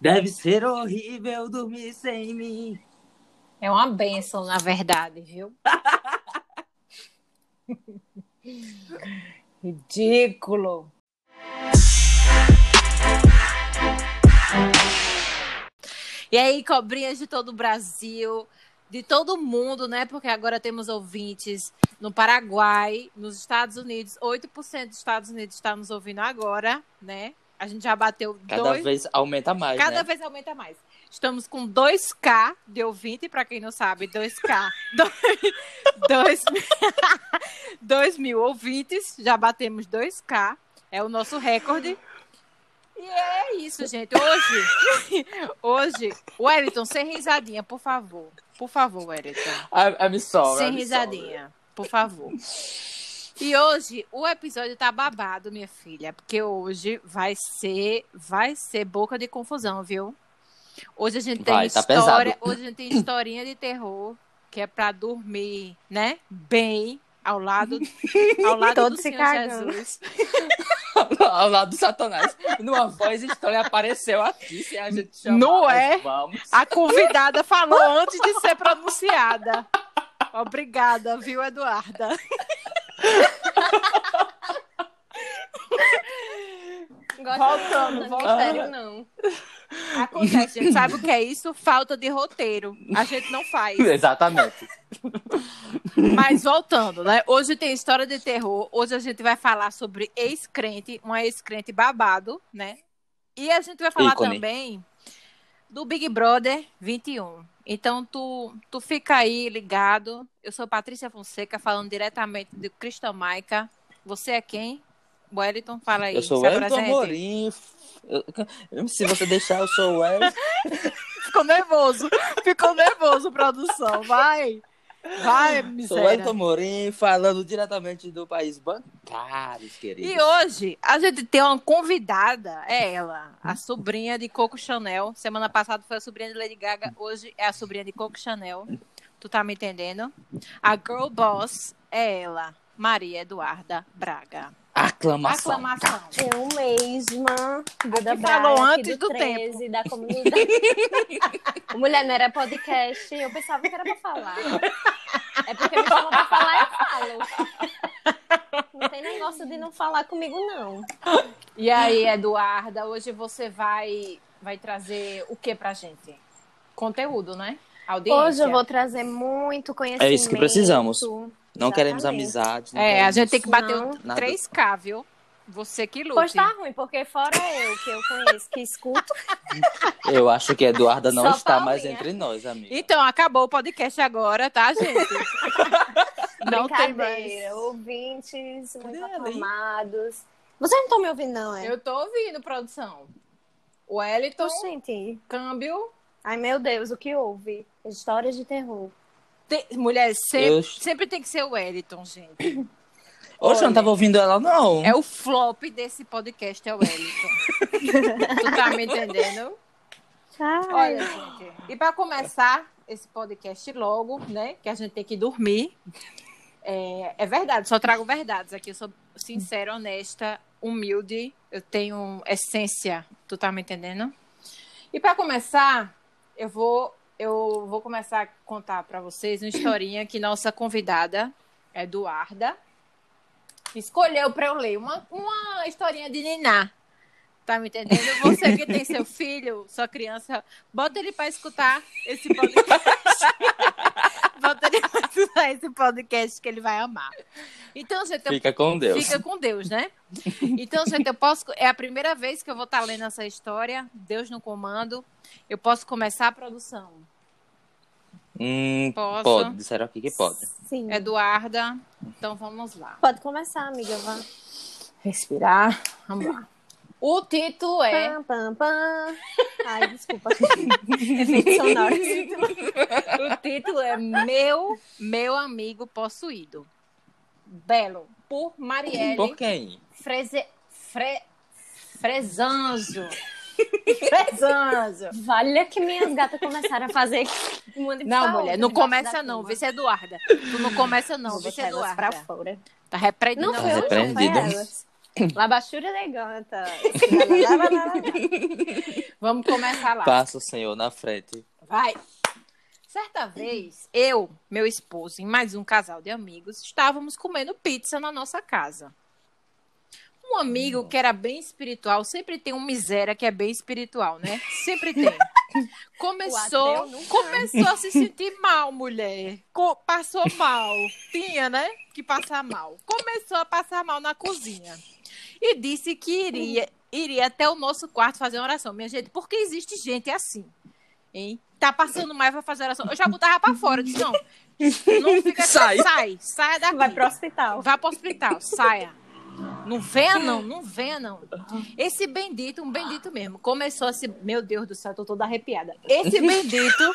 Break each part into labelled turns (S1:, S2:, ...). S1: Deve ser horrível dormir sem mim.
S2: É uma benção, na verdade, viu? Ridículo. E aí, cobrinhas de todo o Brasil, de todo mundo, né? Porque agora temos ouvintes no Paraguai, nos Estados Unidos. 8% dos Estados Unidos está nos ouvindo agora, né? A gente já bateu
S3: Cada
S2: dois...
S3: vez aumenta mais,
S2: Cada
S3: né?
S2: vez aumenta mais. Estamos com 2K de ouvinte, para quem não sabe, 2K. dois, dois, dois mil ouvintes, já batemos 2K, é o nosso recorde. E é isso, gente. Hoje, hoje, Wellington, sem risadinha, por favor. Por favor, Wellington.
S3: I'm, I'm sorry.
S2: Sem
S3: I'm
S2: risadinha, por favor. E hoje o episódio tá babado, minha filha, porque hoje vai ser, vai ser boca de confusão, viu? Hoje a gente tem
S3: Vai, tá
S2: história,
S3: pesado.
S2: hoje a gente tem historinha de terror, que é pra dormir, né? Bem ao lado, ao lado
S4: Todo
S2: do
S4: se
S2: Senhor
S4: cagando.
S2: Jesus.
S3: sorry. Ao lado do Satanás. Numa voz estranha apareceu aqui sem a gente chamar.
S2: Não
S3: Nós
S2: é?
S3: Vamos.
S2: A convidada falou antes de ser pronunciada. Obrigada, viu, Eduarda?
S4: Gosto
S2: Voltando,
S4: não,
S2: voltando.
S4: Mistério, não.
S2: Acontece, gente. Sabe o que é isso? Falta de roteiro. A gente não faz.
S3: Exatamente.
S2: Mas voltando, né? Hoje tem história de terror. Hoje a gente vai falar sobre ex-crente, uma ex-crente babado, né? E a gente vai falar
S3: Ícone.
S2: também do Big Brother 21. Então tu, tu fica aí ligado. Eu sou Patrícia Fonseca, falando diretamente do Cristomaica. Você é quem? Wellington, fala aí.
S3: Eu sou o
S2: se
S3: Wellington
S2: apresente.
S3: Amorim. Eu- Se você deixar, eu sou o Wellington.
S2: Ficou nervoso. Ficou nervoso, produção. Vai. Vai,
S3: Sou
S2: miséria.
S3: o Wellington Amorim, falando diretamente do país bancários, queridos.
S2: E hoje a gente tem uma convidada, é ela, a sobrinha de Coco Chanel. Semana passada foi a sobrinha de Lady Gaga, hoje é a sobrinha de Coco Chanel. Tu tá me entendendo? A girl boss é ela, Maria Eduarda Braga.
S3: Aclamação.
S2: Aclamação.
S4: Eu mesma. Duda
S2: que falou
S4: Braga,
S2: antes
S4: aqui do,
S2: do
S4: 13, da comunidade. Mulher não era podcast, eu pensava que era pra falar. É porque me chamam pra falar, eu falo. Não tem negócio de não falar comigo, não.
S2: E aí, Eduarda, hoje você vai vai trazer o que pra gente? Conteúdo, né? Audiência.
S4: Hoje eu vou trazer muito conhecimento.
S3: É isso que precisamos. Não
S4: Exatamente.
S3: queremos amizade. não
S2: É, a
S3: queremos
S2: gente tem que bater
S4: Não.
S2: o
S3: Nada.
S2: 3K, viu? Você que luta.
S4: Pois tá ruim, porque fora eu que eu conheço, que escuto,
S3: Eu acho que Eduarda não
S4: Só
S3: está
S4: Paulinha.
S3: mais entre nós, amiga.
S2: Então, acabou o podcast agora, tá, gente? Não tem mais.
S4: brincadeira, ouvintes muito
S3: ela, hein?
S4: aclamados. Vocês não estão me ouvindo, não, é?
S2: Eu tô ouvindo, produção. O Wellington,
S4: Gente,
S2: câmbio.
S4: ai meu Deus, o que houve? Histórias de terror.
S2: Tem- mulher, sempre,
S3: Eu-
S2: sempre tem que ser o Wellington, gente.
S3: Hoje eu não estava ouvindo ela, não.
S2: É o flop desse podcast, é o Wellington. tu tá me entendendo? Olha, gente. E pra começar esse podcast logo, né? Que a gente tem que dormir. É, é verdade, só trago verdades aqui. Eu sou sincera, honesta, humilde. Eu tenho essência. Tu tá me entendendo? E pra começar, eu vou eu vou começar a contar pra vocês uma historinha que nossa convidada Eduarda escolheu pra eu ler uma uma historinha de Niná. Tá me entendendo? Você que tem seu filho, sua criança, bota ele pra escutar esse podcast. bota ele pra escutar esse podcast que ele vai amar. Então, gente, eu
S3: Fica com Deus.
S2: Fica com Deus, né? Então, gente, eu posso. É a primeira vez que eu vou estar lendo essa história. Deus no comando. Eu posso começar a produção.
S3: Hum,
S2: Posso.
S3: pode, disseram aqui que pode.
S4: Sim.
S2: É Eduarda. Então vamos lá.
S4: Pode começar, amiga. Vá.
S2: Respirar. Vamos lá. O título é
S4: Pam, pam, pam. Ai, desculpa. Efeitos sonoros.
S2: O título é Meu Meu Amigo Possuído. Belo. Por Marielle.
S3: Por quem?
S2: Freze... Fre... Frezanzo. Frezanzo.
S4: Olha que minhas gatas começaram a fazer um
S2: Não, mulher, não começa não, vê se Eduarda. Tu não começa não, vê se é
S4: elas
S2: Eduarda.
S4: pra fora.
S2: Tá repreendendo.
S4: Não,
S3: Tá
S4: foi eu, não, foi
S3: repreendida.
S4: elas. Labachura eleganta.
S2: Vamos começar lá.
S3: Passa o Senhor na frente.
S2: Vai. Certa vez, eu, meu esposo e mais um casal de amigos estávamos comendo pizza na nossa casa. Um
S4: Hum.
S2: amigo que era bem espiritual, sempre tem um miséria que é bem espiritual, né? Sempre tem.
S4: O
S2: Começou,
S4: ateu nunca.
S2: começou a se sentir mal, mulher. Co- passou mal. Tinha, né? Que passar mal. Começou a passar mal na cozinha. E disse que iria, iria até o nosso quarto fazer uma oração. Minha gente, porque existe gente assim? Hein? Tá passando mais, vai fazer oração. Eu já botava pra fora. Eu disse, não. Não fica aqui,
S3: Sai.
S2: Sai. Saia daqui.
S4: Vai pro hospital.
S2: Vá pro hospital, saia. Não venha, não, não venha, não. Esse bendito, um bendito mesmo, começou a se. Meu Deus do céu, tô toda arrepiada. Esse bendito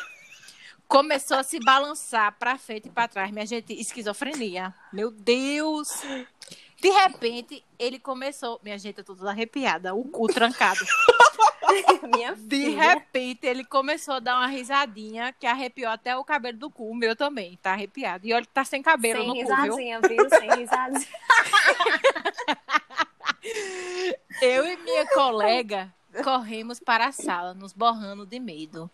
S2: começou a se balançar pra frente e pra trás, minha gente. Esquizofrenia. Meu Deus! De repente, ele começou. Minha gente, eu tô toda arrepiada, o cu trancado.
S4: Minha
S2: De
S4: filha.
S2: repente, ele começou a dar uma risadinha que arrepiou até o cabelo do cu. O meu também, tá arrepiado. E olha que tá sem cabelo
S4: Sem
S2: no cu, viu?
S4: risadinha, viu? Sem risadinha.
S2: Eu e minha colega corremos para a sala, nos borrando de medo.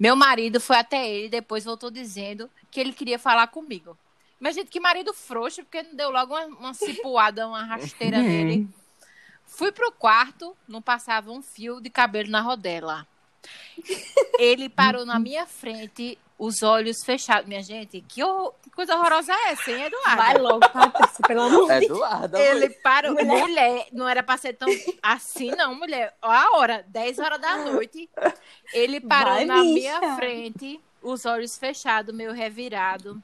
S2: Meu marido foi até ele e depois voltou dizendo que ele queria falar comigo. Mas, gente, que marido frouxo, porque não deu logo uma, uma cipuada, uma rasteira nele. Fui pro quarto, não passava um fio de cabelo na rodela. Ele parou na minha frente, os olhos fechados. Minha gente, que hor- que coisa horrorosa é essa, hein, Eduardo?
S4: Vai logo, Patrícia, pelo amor
S3: É
S4: de
S3: Eduarda.
S2: Ele parou. Mulher. não era pra ser tão assim, não, mulher. Ó a hora, 10 horas da noite. Ele parou
S4: Vai,
S2: na
S4: bicha.
S2: minha frente, os olhos fechados, meio revirado.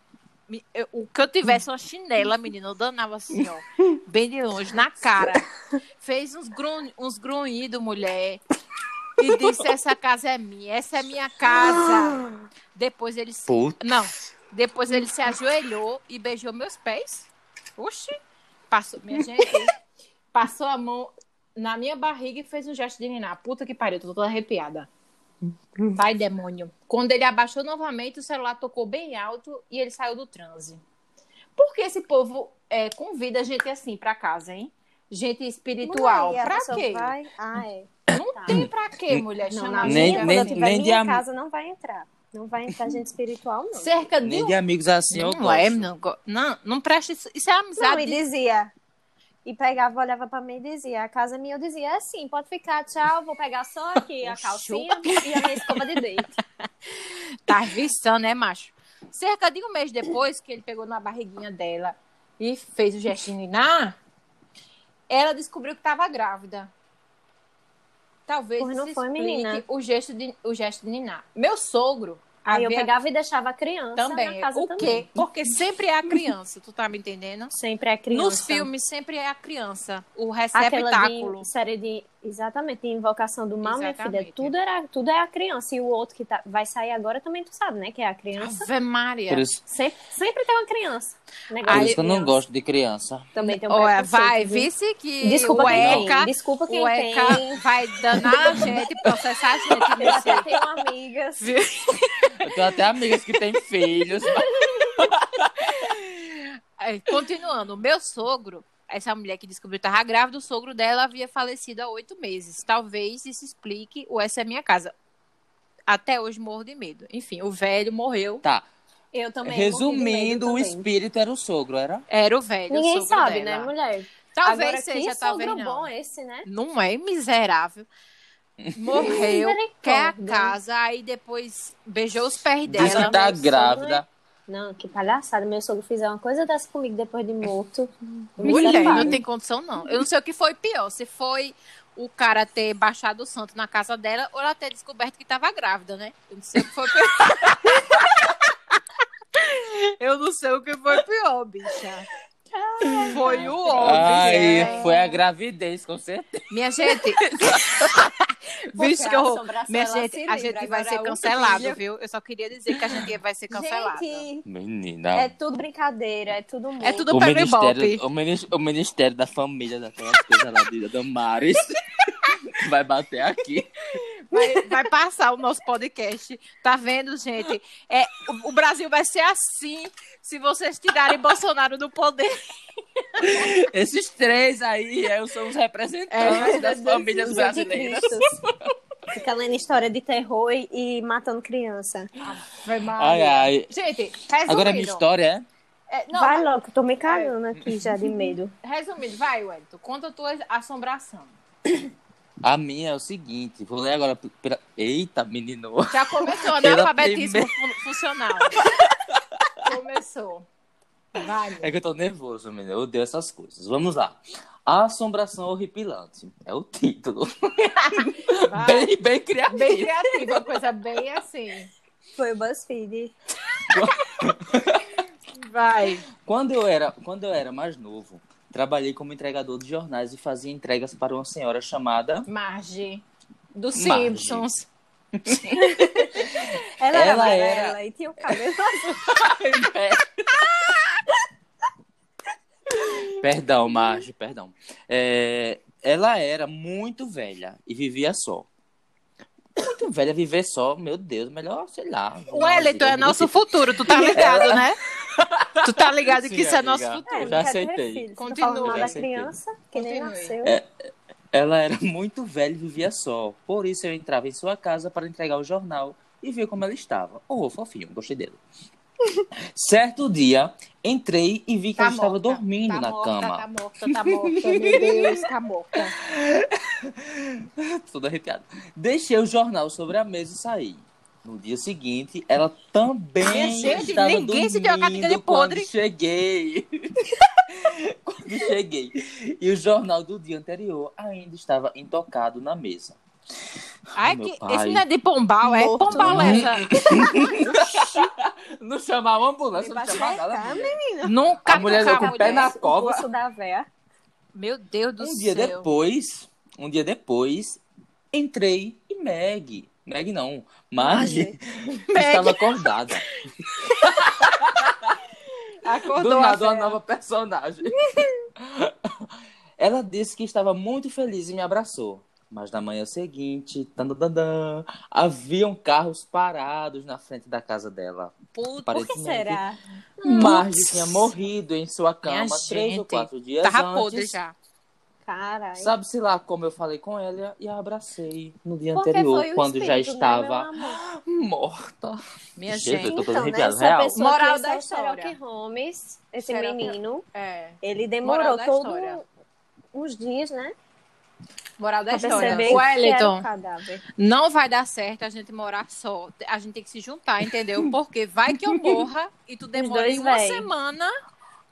S2: Me- eu- o que eu tivesse uma chinela, menina, eu danava assim, ó. Bem de longe, na cara. Fez uns, grun, uns grunhidos, mulher. E disse: Essa casa é minha, essa é minha casa. Depois ele se
S3: Puta.
S2: não. Depois ele se ajoelhou e beijou meus pés. Oxi. Passou, minha gente. Passou a mão na minha barriga e fez um gesto de ninar. Puta que pariu, tô toda arrepiada. Vai, demônio. Quando ele abaixou novamente, o celular tocou bem alto e ele saiu do transe. Por que esse povo é, convida gente assim pra casa, hein? Gente espiritual.
S4: Mulher, a
S2: pra
S4: pessoa
S2: quê?
S4: Vai... Ah, é.
S2: Não tem pra quê, mulher,
S4: Não,
S2: chamar
S4: na
S3: Nem-
S4: minha,
S2: gente.
S4: quando
S3: nem-
S4: eu tiver
S3: nem de
S4: minha
S3: am-
S4: casa, não vai entrar. Não vai entrar gente espiritual, não.
S2: Cerca de
S3: Nem
S2: um...
S3: de amigos assim eu
S2: Não
S3: gosto.
S2: é, não, go- não, não presta... isso- Isso é amizade
S4: Não, e dizia. E pegava, olhava pra mim e dizia, a casa é minha, eu dizia, é sim, pode ficar, tchau, vou pegar só aqui a
S2: Oxi.
S4: calcinha e a minha escova de dente. é
S2: Tá vição, né, macho? Cerca de um mês depois que ele pegou na barriguinha dela e fez o gestinho de Iná, ela descobriu que estava grávida. Talvez
S4: Pois não
S2: isso
S4: foi,
S2: explique
S4: menina.
S2: o gesto de o gesto de Niná. Meu sogro
S4: Aí eu
S2: havia
S4: pegava e deixava a criança na
S2: também.
S4: casa
S2: O
S4: também.
S2: quê? Porque sempre é a criança, tu tá me entendendo?
S4: Sempre a criança.
S2: Nos filmes sempre é a criança, o
S4: Aquela
S2: receptáculo.
S4: de, série de, exatamente, de invocação do mal, minha filha,
S2: Exatamente.
S4: tudo, era, tudo é a criança. E o outro que tá, vai sair agora também tu sabe, né, que é a criança.
S2: Ave Maria.
S3: Por isso,
S4: Sempre, sempre tem uma criança.
S3: por
S4: Negócio
S2: Aí-
S4: de
S3: isso que eu não
S4: criança.
S3: gosto de criança.
S4: Também tem um
S2: Olha,
S4: preconceito,
S2: é, vai,
S4: viu?
S2: vice que
S4: Desculpa
S2: o
S4: quem
S2: ECA,
S4: tem. Desculpa quem
S2: o ECA
S4: tem.
S2: vai danar a gente, processar a gente.
S4: Eu
S2: nesse-
S4: até tenho amigas.
S3: Eu tenho até amigas que têm filhos.
S2: Aí, Continuando, o meu sogro, essa mulher que descobriu que estava grávida, o sogro dela havia falecido há oito meses. Talvez isso explique o Essa é Minha Casa. Até hoje morro de medo. Enfim, o velho morreu.
S3: Tá.
S4: Eu também.
S3: Resumindo, o
S4: morri de medo também.
S3: espírito era o sogro, era?
S2: Era o velho.
S4: Ninguém
S2: o sogro
S4: sabe,
S2: dela.
S4: né, mulher?
S2: Talvez
S4: Agora,
S2: seja,
S4: que
S2: talvez
S4: sogro
S2: não.
S4: bom esse, né?
S2: Não é miserável. Morreu, quer a casa, aí depois beijou os pés
S3: Diz
S2: dela.
S3: que tá
S4: meu sogro é-
S3: grávida.
S4: Não, que palhaçada. Meu sogro fizer uma coisa dessa comigo depois de morto. eu me
S2: Mulher,
S4: separo.
S2: não tem condição, não. Eu não sei o que foi pior. Se foi o cara ter baixado o santo na casa dela ou ela ter descoberto que tava grávida, né? Eu não sei o que foi pior. Eu não sei o que foi pior, bicha. Foi o
S3: Ai,
S2: óbvio. né?
S3: foi a gravidez, com certeza.
S2: Minha gente. Bicho,
S4: Porque
S2: que
S4: a
S2: horror.
S4: assombração,
S2: Minha
S4: ela
S2: gente,
S4: se
S2: a
S4: livra.
S2: gente vai
S4: Agora, um
S2: ser
S4: a
S2: cancelado,
S4: outra-
S2: viu? Eu só queria dizer que a gente vai ser cancelado.
S4: Gente,
S3: Menina.
S4: é tudo brincadeira, é tudo muito.
S2: é tudo
S3: o,
S2: pelo
S3: ministério,
S2: Ibope.
S3: o, minis- o Ministério da Família, daquelas coisas lá de Damares, vai bater aqui.
S2: Vai, vai passar o nosso podcast. Tá vendo, gente? É, o, o Brasil vai ser assim se vocês tirarem Bolsonaro do poder.
S3: Esses três aí eu sou os representantes
S4: É,
S3: das famílias brasileiras.
S4: Fica lendo história de terror e, e matando criança.
S2: Vai mal.
S3: Ai, ai.
S2: Gente, resumindo.
S3: Agora a minha história
S2: É, não, É.
S4: Vai logo, que eu tô me cagando aqui já de medo.
S2: resumindo, vai, Wellington. Conta a tua assombração.
S3: A minha é o seguinte, vou ler agora. pela- Eita, menino.
S2: Já começou, né?
S3: Pela
S2: Alfabetismo fu- funcional. começou. Vai.
S3: É que eu tô nervoso, menino. Eu odeio essas coisas. Vamos lá. A Assombração Horripilante. É o título.
S2: vai.
S3: Bem, bem criativo.
S2: Bem criativa, uma coisa bem assim.
S4: Foi o BuzzFeed.
S2: Vai.
S3: Quando eu era, quando eu era mais novo, trabalhei como entregador de jornais e fazia entregas para uma senhora chamada
S2: Marge. Dos
S3: Marge.
S2: Simpsons.
S4: Ela, era
S3: Ela
S4: amarela
S3: era-
S4: e tinha o cabelo.
S3: Perdão, Marge, perdão. É, ela era muito velha e vivia só. Muito velha, viver só, meu Deus, melhor, sei lá.
S2: O Wellington é nosso
S3: assim,
S2: futuro, tu tá ligado, né? Tu tá ligado que isso é nosso
S3: amiga.
S2: futuro.
S3: já aceitei.
S2: Continua.
S4: Continua.
S2: Já
S4: da
S3: aceitei. É,
S4: criança, que nem
S2: Continue.
S4: nasceu.
S3: Ela era muito velha e vivia só. Por isso eu entrava em sua casa para entregar o jornal e ver como ela estava. Oh, fofinho, gostei dele. certo dia, entrei e vi que ela estava dormindo
S2: tá
S3: na
S2: morta,
S3: cama.
S2: Tá morta, tá morta, meu Deus, tá morta.
S3: Todo arrepiado. Deixei o jornal sobre a mesa e saí. No dia seguinte, ela também
S2: Minha gente,
S3: estava
S2: ninguém se deu a
S3: dormindo
S2: capiga de
S3: quando
S2: podre.
S3: cheguei. quando cheguei. E o jornal do dia anterior ainda estava intocado na mesa.
S2: Ai,
S3: Meu
S2: que,
S3: pai. Uhum.
S2: esse não é de Pombal, é
S4: Morto.
S2: Pombal essa.
S3: Não chamava a ambulância, não chamava nada.
S4: Tá,
S3: amiga.
S2: Nunca
S3: A mulher
S2: tocar
S3: com o pé na
S2: mulher.
S3: cova.
S4: Bolso da véia.
S2: Meu Deus do
S3: Um dia
S2: céu.
S3: depois, um dia depois, entrei e Meg, Meg não, Marge, estava acordada.
S2: Acordou assim.
S3: Do
S2: a
S3: nada, uma
S2: véia.
S3: nova personagem. Ela disse que estava muito feliz e me abraçou. Mas na manhã seguinte, tandandandã, haviam carros parados na frente da casa dela.
S2: Puta,
S4: Por que será?
S3: Marge tinha morrido em sua cama
S2: Minha
S3: três ou
S2: gente,
S3: quatro dias
S2: Tava
S3: antes.
S2: podre já.
S4: Caralho.
S3: Sabe-se lá como eu falei com ela e a abracei no dia
S4: Porque
S3: anterior,
S4: foi o
S3: quando já
S4: espírito, né, meu
S3: estava
S4: amor?
S3: morta.
S2: Minha
S3: Gente,
S2: gente.
S3: eu tô todo
S4: Então, né,
S3: arrepiado,
S4: essa
S3: real.
S4: pessoa
S2: Moral
S4: que
S2: da
S4: esse é o
S2: história.
S4: Sherlock Holmes, esse
S2: Sherlock-
S4: menino,
S2: É.
S4: ele
S2: Moral
S4: demorou
S2: da
S4: todo
S2: história.
S4: uns dias, né?
S2: Moral da
S4: Pra
S2: história.
S4: perceber que era
S2: Wellington,
S4: um cadáver.
S2: não vai dar certo a gente morar só. A gente tem que se juntar, entendeu? Porque vai que eu morra e tu demora
S4: dois
S2: uma
S4: véi.
S2: semana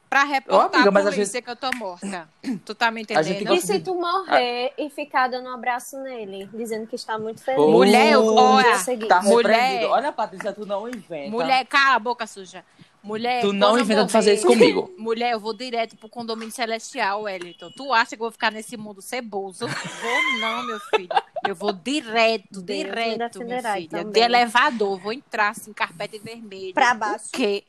S2: pra reportar
S3: amiga,
S2: a
S3: mas a
S2: polícia que eu tô morta. Tu tá me
S3: A gente
S2: entendendo?
S4: E se tu morrer e ficar dando um abraço nele, dizendo que está muito feliz?
S2: Mulher, eu-
S4: No
S2: olha,
S4: dia seguinte.
S3: Tá
S2: Mulher.
S3: repreendido. Olha, Patrícia, tu não inventa.
S2: Mulher, cala a boca suja. Mulher.
S3: Tu não
S2: quando eu
S3: inventa de fazer
S2: morrer-
S3: isso comigo.
S2: Mulher, eu vou direto pro condomínio celestial, Wellington. Tu acha que eu vou ficar nesse mundo ceboso? Vou não, meu filho. Eu vou direto,
S4: Deus me
S2: direto, minha
S4: defenderá,
S2: filha.
S4: então,
S2: De
S4: bem.
S2: elevador. Vou entrar, assim, carpete vermelho.
S4: Pra baixo.
S2: Porque...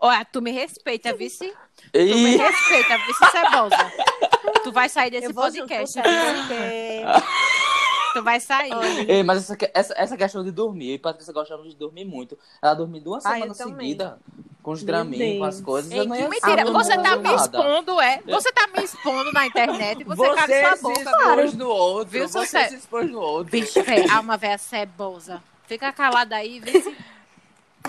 S2: Olha, tu me respeita, vice. Tu me
S3: E...
S2: respeita, vice cebosa. Tu vai sair desse
S4: Eu vou junto com o
S2: podcast.
S3: Ah.
S4: Sherlock,
S2: Tu vai sair.
S3: Ei, mas essa, que- essa, essa questão de dormir, e Patrícia gostava de dormir muito. Ela dormia duas
S4: Ah, eu
S3: semanas
S4: também.
S3: seguidas, com os
S4: Meu
S3: draminhos, com as
S4: Deus.
S3: coisas.
S2: Ei,
S3: eu não
S2: que
S3: ia
S2: mentira.
S3: saber
S2: Você tá
S3: nada.
S2: me expondo, é? Você tá me expondo na internet. Você,
S3: Você
S2: cala
S3: se
S2: sua boca,
S3: expôs no outro,
S2: Viu,
S3: você
S2: Sucé?
S3: se expôs no outro.
S2: Bicho, velho, alma véia cebosa. Fica calada aí, vê se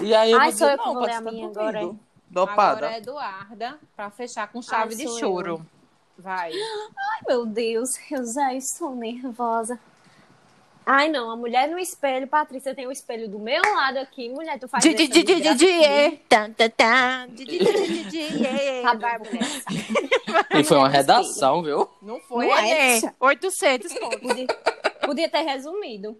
S3: E aí eu
S4: Ai,
S3: vou
S4: sou
S3: dizer,
S4: eu que
S3: não,
S4: vou ler a
S3: Patrícia, tá
S4: minha
S3: dormindo.
S4: agora, hein?
S3: Dopada.
S2: Agora é Eduarda, pra fechar com chave
S4: Ai,
S2: de
S4: sou
S2: choro. Vai.
S4: Ai, meu Deus, eu já estou nervosa. Ai, não, a mulher no espelho, Patrícia, tem o espelho do meu lado aqui. Mulher, tu faz essa desgraça comigo.
S2: Não
S4: Tá bom, mulher.
S3: E
S4: é
S3: foi uma redação, viu?
S2: foi,
S4: Não é
S2: Enem.
S4: isso.
S2: 800 pontos.
S4: Podia, podia ter resumido.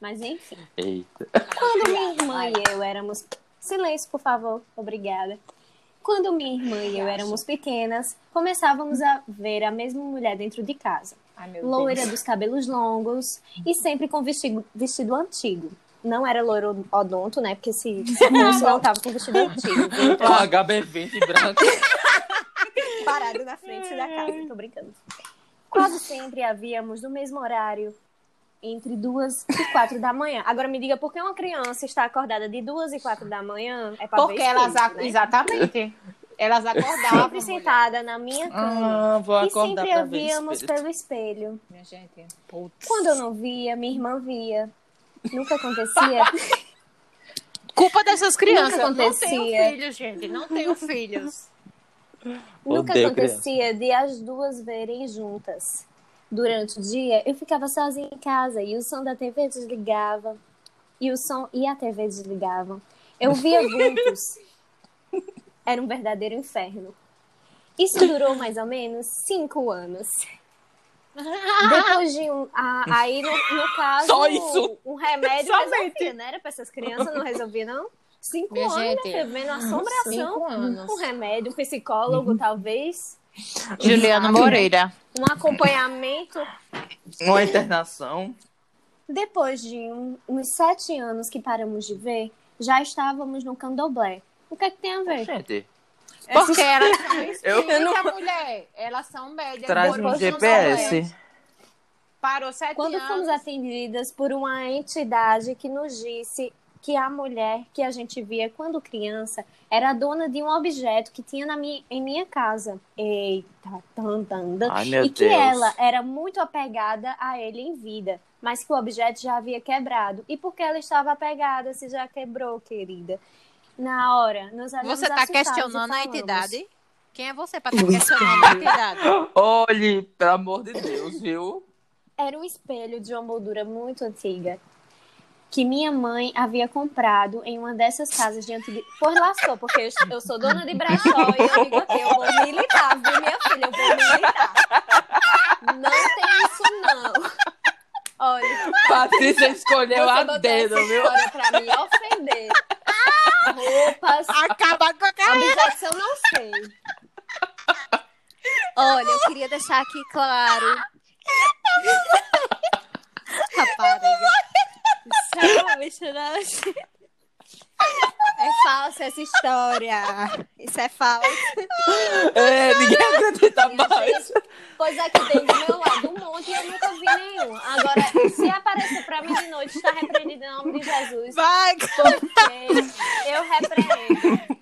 S4: Mas enfim.
S3: Eita.
S4: Quando minha irmã e eu éramos. Silêncio, por favor. Obrigada. Quando minha irmã e eu éramos pequenas, começávamos a ver a mesma mulher dentro de casa.
S2: Ai, meu
S4: Loira
S2: Deus.
S4: dos cabelos longos e sempre com vestido, vestido antigo. Não era loiro odonto, né? Porque se, se fosse, ela tava com vestido antigo. viu?
S3: Com HB20 branco.
S4: Parado na frente da casa, tô brincando. Quase sempre havíamos no mesmo horário, entre duas e quatro da manhã. Agora me diga, por que uma criança está acordada de duas e quatro da manhã? É pra
S2: Porque
S4: ver
S2: elas.
S4: espírito, né?
S2: Exatamente. Elas acordavam.
S4: Sempre sentada na minha cama.
S3: Ah, vou
S4: e
S3: acordar
S4: sempre
S3: pra
S4: a
S3: ver
S4: víamos
S3: espelho.
S4: pelo espelho.
S2: Minha gente. Putz.
S4: Quando eu não via, minha irmã via. Nunca acontecia.
S2: Culpa dessas crianças.
S4: Nunca
S2: Eu Não
S4: acontecia.
S2: tenho filhos, gente. Não tenho filhos.
S4: Nunca
S3: Odeio
S4: acontecia de as duas verem juntas. Durante o dia, eu ficava sozinha em casa e o som da TV desligava. E o som e a TV desligavam. Eu via vultos. Era um verdadeiro inferno. Isso durou mais ou menos cinco anos. Depois de um. a- aí, no, no caso,
S3: Só isso?
S4: um remédio
S2: Somente.
S4: resolvia, não era pra essas crianças, não resolvia, não? Cinco
S2: Minha
S4: anos,
S2: gente, ah,
S4: minha filha, vendo assombração.
S2: cinco anos.
S4: Um remédio, um psicólogo, talvez.
S2: Juliana Moreira.
S4: Um acompanhamento.
S3: Uma internação.
S4: Depois de um- uns sete anos que paramos de ver, já estávamos no candomblé. O que é que tem a ver?
S3: Gente,
S2: Porque elas são
S3: Eu-
S2: espíritas, mulher. Elas são médias.
S3: traz
S2: moram
S3: um
S2: no São
S3: GPS.
S2: Paulo. Parou sete
S4: Quando
S2: anos.
S4: fomos atendidas por uma entidade que nos disse que a mulher que a gente via quando criança era dona de um objeto que tinha na minha, em minha casa. Eita, tan, tan, tan.
S3: Ai, meu
S4: e que
S3: Deus.
S4: ela era muito apegada a ele em vida, mas que o objeto já havia quebrado. E por que ela estava apegada se já quebrou, querida? Na hora, nos olhamos
S2: Você tá
S4: assustados e
S2: questionando a
S4: falamos,
S2: entidade? Quem é você pra estar questionando a entidade?
S3: Olhe, pelo amor de Deus, viu?
S4: Era um espelho de uma moldura muito antiga que minha mãe havia comprado em uma dessas casas de antigo. Por lascou, porque eu, eu sou dona de brechó e eu digo aqui, eu vou militar, viu, minha filha? Eu vou militar. Não tem isso, não. Olha,
S3: Patrícia escolheu
S4: você
S3: a
S4: botou assim,
S3: dedo,
S4: essa
S3: viu?
S4: história pra me ofender. Roupas,
S2: Acaba com a cara.
S4: objetos eu não sei. Olha, eu queria deixar aqui claro
S2: Rapariga.
S4: É falsa essa história. Isso é falso.
S3: É, ninguém acredita mais.
S4: Pois aqui tem do meu lado um monte e eu nunca vi nenhum. Agora, se aparecer pra mim de noite, está repreendido em nome de Jesus.
S2: Vai,
S4: Porque eu repreendo.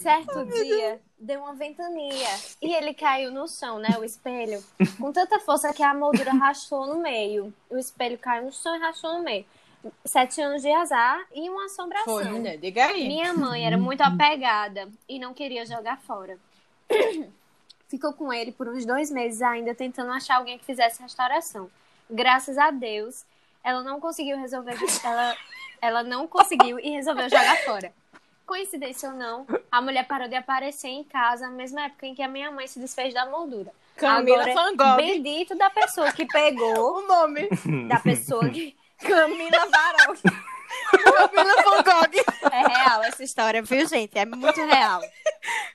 S4: Certo dia, deu uma ventania e ele caiu no chão, né? O espelho. Com tanta força que a moldura rachou no meio. O espelho caiu no chão e rachou no meio. Sete anos de azar e uma assombração.
S2: Foi, né? mulher, diga aí.
S4: Minha mãe era muito apegada e não queria jogar fora. Ficou com ele por uns dois meses ainda, tentando achar alguém que fizesse restauração. Graças a Deus, ela não conseguiu resolver. Ela, ela não conseguiu e resolveu jogar fora. Coincidência ou não, a mulher parou de aparecer em casa na mesma época em que a minha mãe se desfez da moldura.
S2: Camila
S4: Agora,
S2: Van Gogh.
S4: Bendito da pessoa que pegou.
S2: O nome.
S4: Da pessoa que. Camila Varol.
S2: Camila Van Gogh.
S4: É real essa história, viu, gente? É muito real.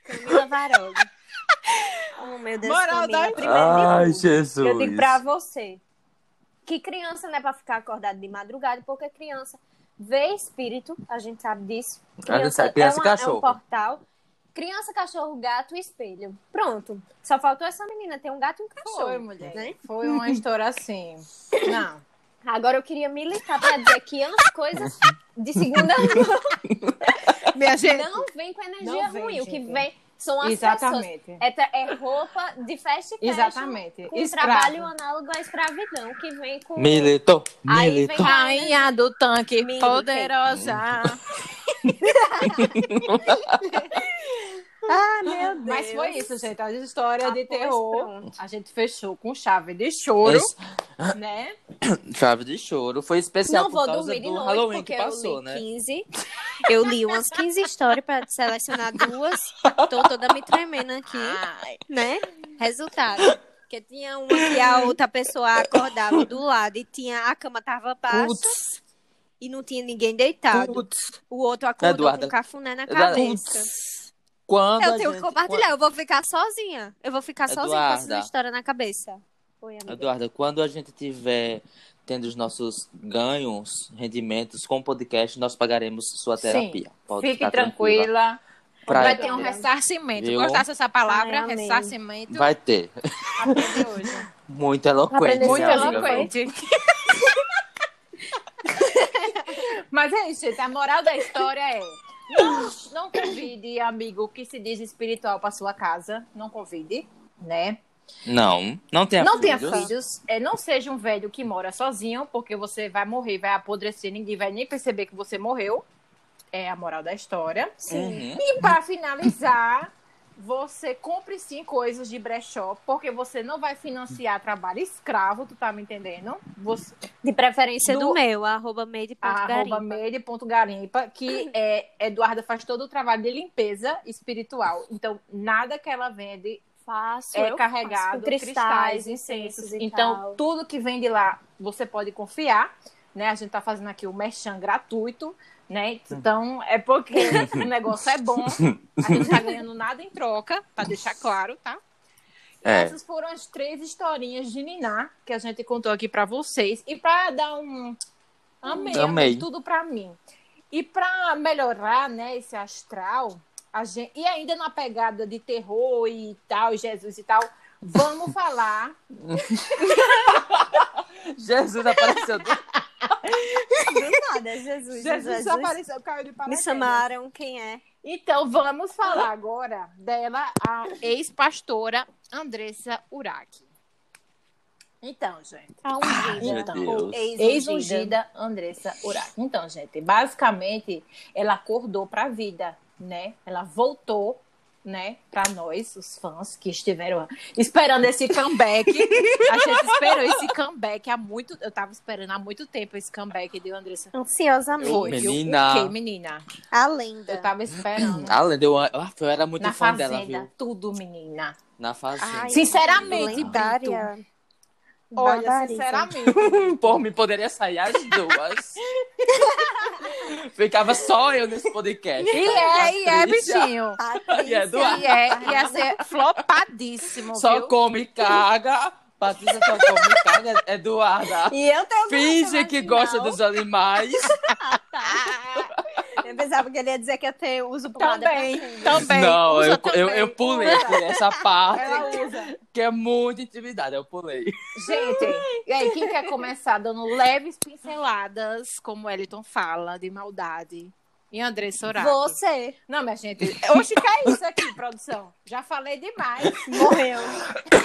S4: Camila Varog. Oh, meu Deus,
S2: Moral
S4: Camila,
S2: da-
S4: primeiro de tudo,
S3: Jesus.
S4: eu digo pra você. Que criança não é pra ficar acordada de madrugada, porque criança vê espírito, a gente sabe disso.
S3: A gente sabe, criança
S4: é,
S3: e
S4: uma- é
S3: cachorro.
S4: um portal. Criança, cachorro, gato e espelho. Pronto. Só faltou essa menina ter um gato e um cachorro.
S2: Foi, mulher.
S4: né?
S2: Foi uma história assim. Não.
S4: Agora eu queria militar pra dizer que as coisas de segunda
S2: Minha gente.
S4: não vem com energia
S2: Não vem,
S4: ruim. O que
S2: gente.
S4: vem são as pessoas
S2: Exatamente.
S4: É, tra- é roupa de fast fashion.
S2: Exatamente.
S4: Com
S2: Escravo.
S4: trabalho análogo à escravidão, que vem com.
S3: Militou,
S4: Aí vem-
S3: militou.
S2: Rainha do tanque,
S4: Milho,
S2: poderosa.
S4: Ah, meu Deus.
S2: Mas foi isso, gente. As histórias
S4: Ah,
S2: de
S4: pois
S2: terror.
S4: pronto.
S2: A gente fechou com chave de choro, né?
S3: Chave de choro. Foi especial
S4: Não
S3: é por
S4: vou
S3: causa
S4: dormir de
S3: do
S4: noite,
S3: Halloween
S4: porque é
S3: que passou,
S4: eu li
S3: né?
S4: 15. Eu li umas 15 histórias pra selecionar duas. Tô toda me tremendo aqui, né? Resultado. Porque tinha uma que a outra pessoa acordava do lado e tinha, a cama tava baixa
S3: Putz,
S4: e não tinha ninguém deitado.
S3: putz.
S4: O outro acordou
S3: Eduarda.
S4: com um cafuné na
S3: Eduarda.
S4: tá cabeça.
S3: Quando
S4: Eu
S3: a
S4: tenho que
S3: gente-
S4: compartilhar, eu vou ficar sozinha. Eu vou ficar sozinha com
S3: Eduarda.
S4: essa história na cabeça. Oi, amiga.
S3: Eduarda, quando a gente tiver tendo os nossos ganhos, rendimentos com o podcast, nós pagaremos sua terapia. Pode
S2: Fique
S3: ficar
S2: tranquila.
S3: Pra
S2: Vai
S3: Eduarda.
S2: ter um ressarcimento.
S3: Viu?
S2: Gostasse dessa palavra?
S4: Ai, amei.
S2: ressarcimento.
S3: Vai ter.
S2: Aprendi hoje.
S3: Muito eloquente.
S4: Aprendeu
S2: Muito
S3: minha amiga.
S2: eloquente. Mas é isso, gente. A moral da história é: Não, não convide amigo que se diz espiritual para sua casa. Não convide, né?
S3: Não, não tenha
S2: não tenha
S3: filhos.
S2: filhos. É, não seja um velho que mora sozinho, porque você vai morrer, vai apodrecer, ninguém vai nem perceber que você morreu. É a moral da história.
S3: Uhum.
S2: E para finalizar, você compre sim coisas de brechó, porque você não vai financiar trabalho escravo, tu tá me entendendo? Você,
S4: De preferência do,
S2: Do-
S4: meu, arroba made.garimpa.
S2: arroba meire.garimpa, que é, Eduarda faz todo o trabalho de limpeza espiritual. Então, nada que ela vende
S4: Faço,
S2: é
S4: eu faço
S2: carregado,
S4: com
S2: cristais, incensos.
S4: incensos e
S2: então,
S4: tal.
S2: tudo que vem de lá, você pode confiar, né? A gente tá fazendo aqui o merchan gratuito, né? Então, é porque o negócio é bom, a gente tá ganhando nada em troca, pra deixar claro, tá? E
S3: É.
S2: essas foram as três historinhas de Niná que a gente contou aqui pra vocês. E pra dar um... Amei,
S3: Amei.
S2: amei tudo pra mim. E pra melhorar, né, esse astral, a gente- e ainda na pegada de terror e tal, Jesus e tal, vamos falar
S3: Jesus apareceu.
S4: Do nada, Jesus.
S2: Jesus,
S4: Jesus.
S2: apareceu, caiu de
S4: Me
S2: paraquedas.
S4: chamaram, quem é?
S2: Então, vamos falar agora dela, a ex-pastora Andressa Urach. Então, gente.
S4: A Tá ungida.
S3: Meu
S4: Ou
S3: Deus.
S4: Então, Ex-ungida.
S2: Ex-ungida Andressa Urach. Então, gente, basicamente, ela acordou para a vida, né? Ela voltou, né, para nós, os fãs que estiveram esperando esse comeback. a gente esperou esse comeback há muito... Eu tava esperando há muito tempo esse comeback de Andressa.
S4: Ansiosamente.
S2: Foi. viu?
S3: Menina.
S2: O quê, menina?
S4: A lenda.
S2: Eu tava esperando.
S3: Ah, Linda, eu, ah, eu era muito
S2: Na
S3: fã dela,
S2: fazenda,
S3: viu?
S2: tudo, menina.
S3: Na fazenda.
S4: assim. Ai,
S2: Sinceramente,
S4: lendária.
S2: Olha,
S4: Barbarita.
S2: sinceramente,
S3: Pô, me poderia sair as duas. Ficava só eu nesse podcast.
S2: E é, e é, bichinho.
S3: E é do
S2: E é, ia ser flopadíssimo.
S3: Só
S2: viu?
S3: come e caga. Patrícia só come e caga. Eduarda.
S4: E eu também.
S3: Finge
S4: acho
S3: que
S4: vaginal.
S3: gosta dos animais.
S2: Ah,
S4: Eu pensava que ele ia dizer que eu tenho uso pomada pra
S2: também,
S4: cima.
S2: também.
S3: Não,
S2: usa
S3: eu,
S2: também.
S3: eu, eu pulei por essa
S2: Ela
S3: parte,
S2: usa.
S3: que é muita intimidade. Eu pulei.
S2: Gente, e aí, quem quer começar dando leves pinceladas, como o Eliton fala, de maldade? E André Sorato.
S4: Você
S2: Não, minha gente, hoje que é isso aqui, produção. Já falei demais. um
S4: morreu.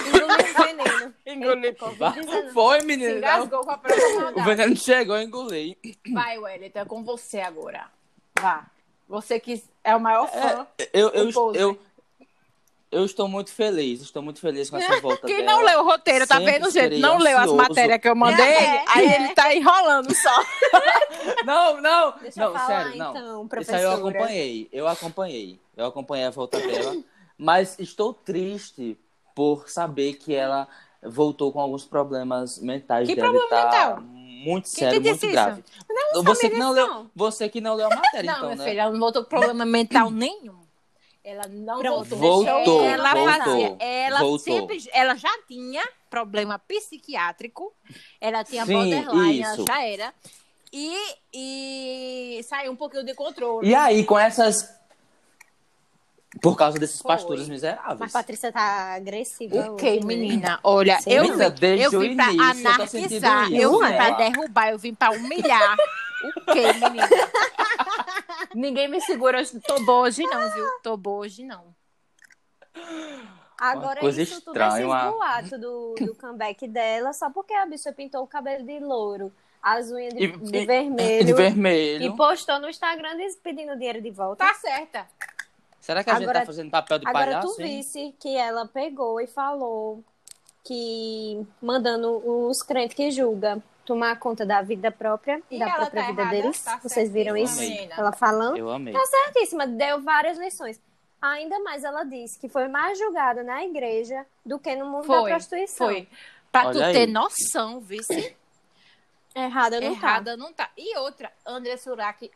S4: Engoliu o veneno.
S2: Engoli Covid-19.
S3: Foi,
S2: Se
S3: menina.
S2: engasgou com a própria
S3: O
S2: maldade.
S3: veneno chegou, eu engoli.
S2: Vai, Wellington, é com você agora. Vá. Você que é o maior fã.
S3: Eu, eu,
S2: Compose.
S3: eu, eu estou muito feliz, estou muito feliz com essa volta
S2: Quem
S3: dela.
S2: não leu o roteiro, tá
S3: Sempre
S2: vendo, gente? Não
S3: serei
S2: leu as
S3: ansioso.
S2: matérias que eu mandei,
S4: É,
S2: aí
S4: é.
S2: ele tá enrolando só.
S3: Não, não,
S4: Deixa
S3: não,
S4: eu falar
S3: sério, não.
S4: então,
S3: Isso
S4: professora.
S3: aí eu acompanhei, eu acompanhei, eu acompanhei a volta dela, mas estou triste por saber que ela voltou com alguns problemas mentais
S2: Que
S3: dela
S2: problema
S3: e tá
S2: mental?
S3: muito
S2: Quem
S3: sério,
S2: te
S3: muito
S2: disse
S3: grave. você que não
S4: eles
S3: leu,
S4: não.
S3: você que não leu a matéria,
S2: não,
S3: então,
S2: minha
S3: né?
S2: filha, ela não voltou com problema mental nenhum. Ela não
S4: Pronto,
S2: voltou.
S3: Voltou,
S2: ela
S3: voltou,
S2: fazia. Ela
S3: voltou.
S2: sempre. Ela já tinha problema psiquiátrico. Ela tinha
S3: Sim,
S2: borderline,
S3: isso.
S2: ela já era. E, e saiu um pouquinho de controle.
S3: E aí, com essas. Por causa desses
S2: Foi.
S3: pastores miseráveis.
S4: Mas Patrícia tá agressiva.
S2: O que,
S4: hoje, né?
S2: menina? Olha,
S4: Sim.
S2: eu,
S3: Menina,
S2: vim, eu
S3: é desde
S2: vim
S3: o
S2: pra
S3: início eu tô
S2: anarquizar,
S3: sentindo
S2: eu
S3: isso,
S2: vim
S3: né?
S2: pra derrubar, eu vim pra humilhar. O que, menina? Ninguém me segura, hoje. tô boa hoje não, viu? Tô boa hoje não.
S4: Agora,
S3: coisa
S4: isso tudo,
S3: estranha,
S4: esses
S3: uma-
S4: boatos do, do comeback dela, só porque a bicha pintou o cabelo de louro, as unhas de,
S3: E-
S4: de
S3: e-
S4: vermelho,
S3: De
S4: e,
S3: vermelho.
S4: postou no Instagram diz- pedindo dinheiro de volta.
S2: Tá certa.
S3: Será que a gente
S4: Agora-
S3: tá fazendo papel de
S4: Agora,
S3: palhaço?
S4: tu
S3: hein?
S4: visse que ela pegou e falou que mandando os crentes que julga tomar conta da vida própria,
S2: E
S4: da
S2: ela
S4: própria
S2: tá
S4: vida
S2: errada,
S4: deles.
S2: tá
S4: Vocês viram isso?
S2: certíssima, menina.
S4: Ela falando.
S3: Eu amei.
S4: Tá certíssima, deu várias lições. Ainda mais ela disse que foi mais julgada na igreja do que no mundo da
S2: Foi,
S4: prostituição.
S2: Foi. Então, Pra tu
S3: Olha aí.
S2: ter noção, vice,
S4: Errada não tá.
S2: errada não tá. E outra, André Surak,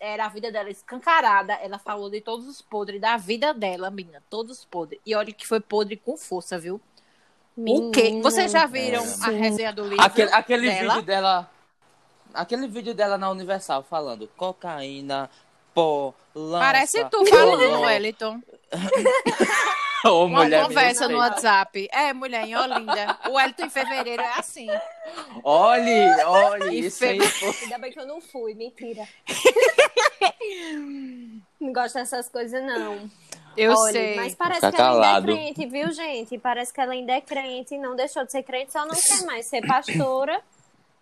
S2: era a vida dela escancarada, ela falou de todos os podres da vida dela, menina, todos os podres. E olha que foi podre com força, viu? O quê?
S4: Menina.
S2: Vocês já viram
S3: Menina.
S2: a resenha do livro?
S3: É. Aquele, Ah, aquele
S2: dela?
S3: vídeo dela. Aquele vídeo dela na Universal falando cocaína, pó, lança.
S2: Parece tu
S3: pó,
S2: falando, Wellington.
S3: Ô,
S2: Uma
S3: mulher, me
S2: conversa no
S3: respeita.
S2: WhatsApp. É, mulher em Olinda. O Elton em fevereiro é assim.
S3: Olhe, olhe,
S2: E
S3: isso aí
S2: fe-
S3: foi-
S4: Ainda bem que eu não fui, mentira. não gosto dessas coisas, não.
S2: Eu
S4: Olha,
S2: sei.
S4: Mas parece
S3: Fica
S4: que ela ainda é
S3: calado.
S4: crente, viu, gente? Parece que ela ainda é crente. Não deixou de ser crente, só não quer mais ser pastora.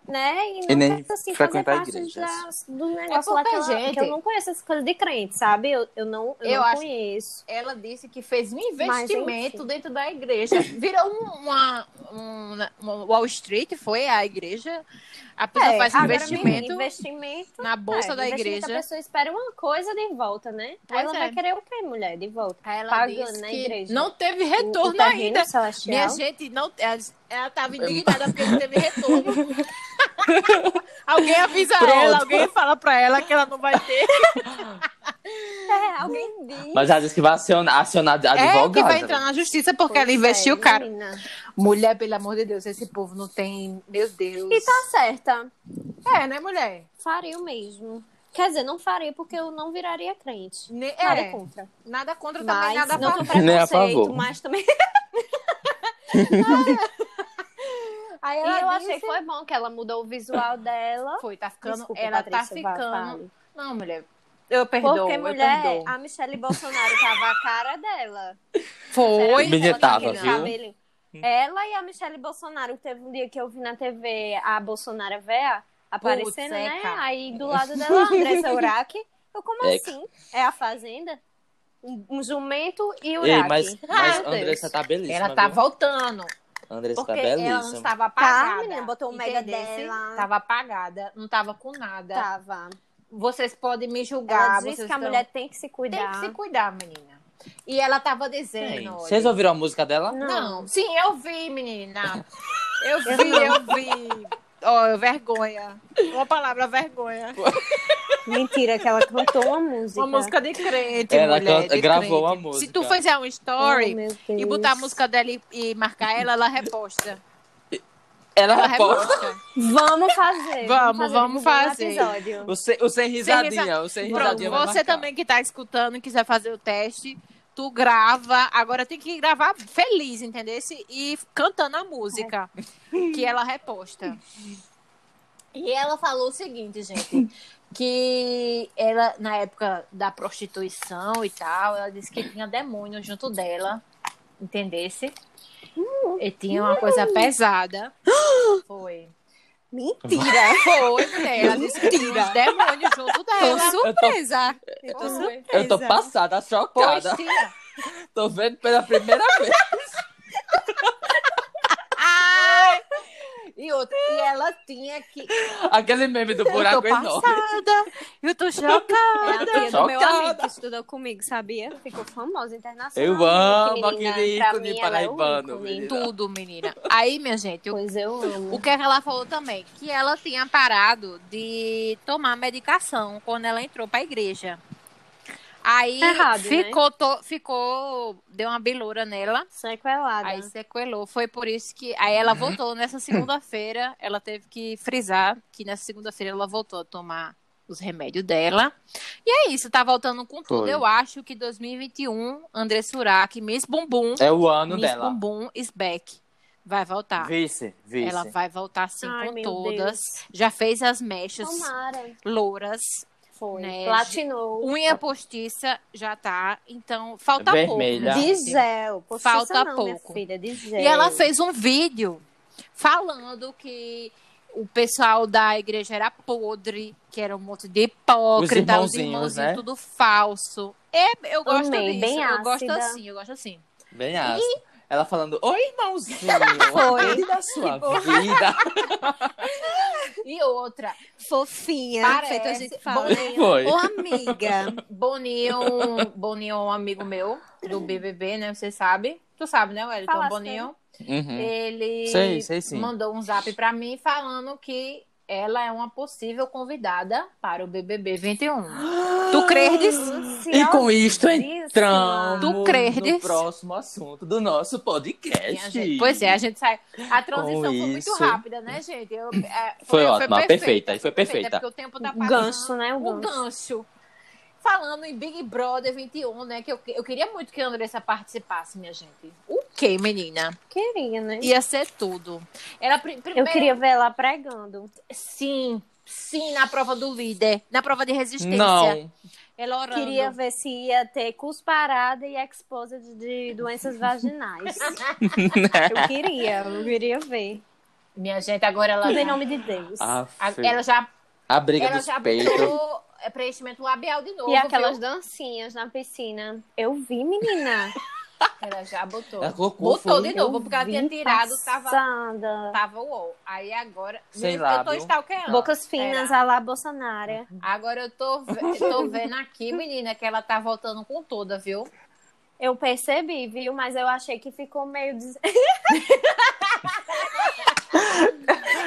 S4: Né? E não
S3: E nem
S4: quer, assim, fazer
S3: frequentar
S4: parte
S3: igrejas.
S4: das- dos negócios lá que
S2: É porque,
S4: eu, que
S2: gente,
S4: eu não conheço essas coisas de crente, sabe? Eu, eu não, eu
S2: Eu
S4: não
S2: acho-
S4: conheço.
S2: Ela disse que fez um
S4: Mas,
S2: investimento
S4: enfim.
S2: dentro da igreja. Virou um- uma, um- uma Wall Street, foi a igreja. A pessoa
S4: É,
S2: faz um
S4: agora,
S2: investimento
S4: menina, investimento.
S2: na bolsa
S4: é,
S2: da
S4: investimento,
S2: igreja.
S4: A pessoa espera uma coisa de volta, né? Aí
S2: Pois
S4: ela
S2: é.
S4: vai querer o quê, mulher? De volta.
S2: Aí ela
S4: pagando
S2: disse
S4: na
S2: que
S4: igreja.
S2: não teve
S4: O- o
S2: retorno
S4: terreno É
S2: ainda.
S4: celestial.
S2: Minha gente, não, ela ela tava indignada porque não teve retorno. alguém avisa
S3: Pronto.
S2: ela, alguém fala pra ela que ela não vai ter.
S4: É, alguém diz.
S3: Mas ela disse que vai acionar, acionar né? a advogada.
S2: É que vai entrar na justiça porque ela
S4: Pois
S2: investiu
S4: é,
S2: caro.
S4: menina.
S2: Mulher, pelo amor de Deus, esse povo não tem. Meu Deus.
S4: E tá certa.
S2: É, né, mulher?
S4: Faria o mesmo. Quer dizer, não faria porque eu não viraria crente.
S2: Ne-
S4: Nada
S2: é,
S4: contra.
S2: nada contra também,
S4: Mas
S2: nada a
S4: não
S2: favor.
S4: com
S3: Nem a
S4: preconceito,
S3: favor.
S4: mas também.
S2: Aí
S4: E
S2: ela
S4: eu
S2: disse-
S4: achei que foi bom que ela mudou o visual dela.
S2: Foi, tá ficando.
S4: Desculpa,
S2: ela tá
S4: Patrícia, vá,
S2: ficando.
S4: fale.
S2: não, mulher. Eu perdoo,
S4: Porque,
S2: eu
S4: mulher,
S2: perdoo.
S4: a Michelle Bolsonaro tava a cara dela.
S2: Foi.
S4: Será que
S3: Menina,
S4: ela tá
S3: tava,
S4: aquele
S3: viu?
S4: cabelinho?
S2: Hum.
S4: Ela e a Michelle Bolsonaro, teve um dia que eu vi na TV a Bolsonaro véia aparecendo,
S2: Putz, é,
S4: né?
S2: cara.
S4: Aí do lado dela, a Andressa Urach. Eu, como
S3: É,
S4: assim? É a Fazenda? Um, um jumento e
S3: Ei,
S4: Urach.
S3: mas,
S4: Ai,
S3: mas
S4: meu
S3: Andressa
S4: Deus.
S3: tá belíssima.
S2: Ela tá
S3: viu?
S2: voltando.
S3: Andressa
S2: Porque
S3: tá
S2: ela não
S3: belíssima.
S2: estava apagada.
S4: Tá, menina, botou o
S2: um
S4: mega
S2: entendesse?
S4: dela.
S2: Tava apagada, não tava com nada.
S4: Tava.
S2: Vocês podem me
S4: Ela
S2: julgar.
S4: disse
S2: vocês
S4: que a
S2: estão-
S4: mulher tem que se
S2: tem
S4: cuidar.
S2: que se cuidar, menina. E ela tava dizendo.
S3: Sim.
S2: olha,
S3: Vocês ouviram a música dela?
S2: Não. sim, eu vi, menina. Eu
S4: Eu
S2: vi,
S4: não.
S2: eu vi. oh, vergonha. Uma palavra, vergonha.
S4: Mentira, que ela cantou uma música.
S2: Uma música de crente,
S3: Ela
S2: mulher,
S3: canta-
S2: de
S3: gravou
S2: crente.
S3: a música.
S2: Se tu fizer um
S4: Oh,
S2: story
S4: meu
S2: e botar a
S4: Deus.
S2: música dela e, e marcar ela, ela reposta. Ela
S3: Ela reposta.
S2: reposta.
S4: Vamos fazer.
S2: Vamos, vamos fazer.
S4: Um bom episódio.
S3: O sem, o sem risadinha,
S2: risa-
S3: o sem
S2: Pronto,
S3: risadinha. vai
S2: você
S3: marcar.
S2: também que tá escutando e quiser fazer o teste, tu grava. Agora tem que gravar feliz, entendeu? E cantando a música que ela reposta. É. E ela falou o seguinte, gente, que ela, na época da prostituição e tal, ela disse que tinha demônio junto dela, entendesse? E tinha uma coisa pesada. Foi.
S4: Mentira.
S2: Foi, mulher. Ela disse que tinha uns demônios junto dela.
S3: surpresa.
S4: Eu tô
S2: Foi.
S3: Eu tô passada,
S2: Pois
S3: chocada.
S2: tinha.
S3: Tô vendo pela primeira vez.
S2: Ai! E outra, e ela tinha que.
S3: Aquele meme do
S2: eu tô
S3: buraco enorme.
S2: passada, eu tô chocada.
S4: É a tia do meu
S3: Chocada.
S4: amigo que estudou comigo, sabia? Ficou famosa internacional.
S3: Eu amo
S4: menina.
S3: aquele
S4: Pra
S3: ícone
S4: mim, ela é um
S3: paraibano,
S4: ícone.
S3: menina.
S2: Tudo, menina. Aí, minha gente, o,
S4: Pois eu amo.
S2: o que é que ela falou também? Que ela tinha parado de tomar medicação quando ela entrou pra igreja. Aí
S4: Errado, né?
S2: ficou, to- ficou, deu uma bilura nela.
S4: Sequelada.
S2: Aí sequelou. Foi por isso que. Aí ela
S3: Uhum.
S2: voltou nessa segunda-feira. Ela teve que frisar que nessa segunda-feira ela voltou a tomar os remédios dela. E é isso, tá voltando com tudo.
S3: Foi.
S2: Eu acho que 2021, André Surak, Miss Bumbum.
S3: É o ano
S2: Miss
S3: dela.
S2: Bumbum is back. Vai voltar.
S3: Vice, vice.
S2: Ela vai voltar sim
S4: Ai,
S2: com
S4: meu
S2: todas. Já fez as mechas
S4: Tomara.
S2: louras.
S4: Foi.
S2: Né,
S4: Platinou.
S2: Unha postiça já tá. Então, falta
S3: Vermelha.
S2: pouco.
S4: De
S2: gente.
S4: gel. Postiça
S2: Falta
S4: não, minha
S2: pouco.
S4: filha, de gel.
S2: E ela fez um vídeo falando que o pessoal da igreja era podre, que era um monte de
S3: Os
S2: hipócrita, os irmãozinhos,
S3: irmãozinhos, né?
S2: tudo falso. É, eu gosto
S4: Amei,
S2: disso.
S4: bem
S2: eu gosto
S4: ácida.
S2: assim, eu gosto assim.
S3: Bem ácida. Ela falando, oi, irmãozinho.
S4: Foi.
S3: Cuide da sua
S2: Tipo,
S3: vida.
S2: E outra,
S4: Fofinha.
S2: Parece.
S4: Feito a gente fala.
S2: Bom,
S4: né?
S3: Foi.
S4: Ô, amiga.
S2: Boninho, Boninho é um amigo meu do BBB, né? Você sabe? Tu sabe, né, Wellington?
S4: Falasse,
S2: Boninho.
S3: Uhum.
S2: Ele
S3: Sei, sei sim.
S2: mandou um zap pra mim falando que ela é uma possível convidada para o BBB 21. tu credes?
S4: Hum.
S2: é
S3: E com isto
S4: Tu
S3: entramos no
S2: credes?
S3: próximo assunto do nosso
S2: Minha
S3: podcast.
S2: gente- Pois é, a gente sai. A transição foi muito
S3: isso-
S2: rápida, né, gente? Eu- é,
S3: Foi ótima, perfeita, foi perfeita.
S2: Porque o tempo tá
S4: o
S2: passando.
S4: Um gancho, né? O
S2: O
S4: gancho.
S2: gancho. Falando em Big Brother 21, né? Que eu, eu queria muito que a Andressa participasse, minha gente. O que, menina?
S4: Queria, né?
S2: Ia ser tudo. Era pri-
S4: Eu
S2: primeiro-
S4: queria ver ela pregando.
S2: Sim, sim, na prova do líder. Na prova de resistência.
S3: Não.
S2: Ela orando.
S4: Queria ver se ia ter cusparada e exposed de doenças
S3: Né?
S4: vaginais. eu queria, eu queria ver.
S2: Minha gente, agora ela.
S4: Tudo em nome de Deus.
S3: Ah.
S2: a-
S3: Aff,
S2: Ela já,
S3: a briga
S2: ela
S3: dos
S2: já
S3: peitos.
S2: botou é, preenchimento labial de novo.
S4: e aquelas
S2: viu?
S4: dancinhas na piscina. Eu vi, menina.
S2: Ela já botou.
S3: Ela colocou,
S2: Botou
S3: foi.
S2: de novo, porque ela tinha
S4: Vi
S2: tirado, tava,
S4: passando.
S2: tava o ó. Aí agora.
S3: Sei
S2: eu,
S3: lá,
S2: eu tô
S3: viu?
S2: stalkeando.
S4: Bocas finas,
S2: Era.
S4: a lá Bolsonaro.
S2: Agora eu tô, ve- tô vendo aqui, menina, que ela tá voltando com toda, viu?
S4: Eu percebi, viu? Mas eu achei que ficou meio. Des...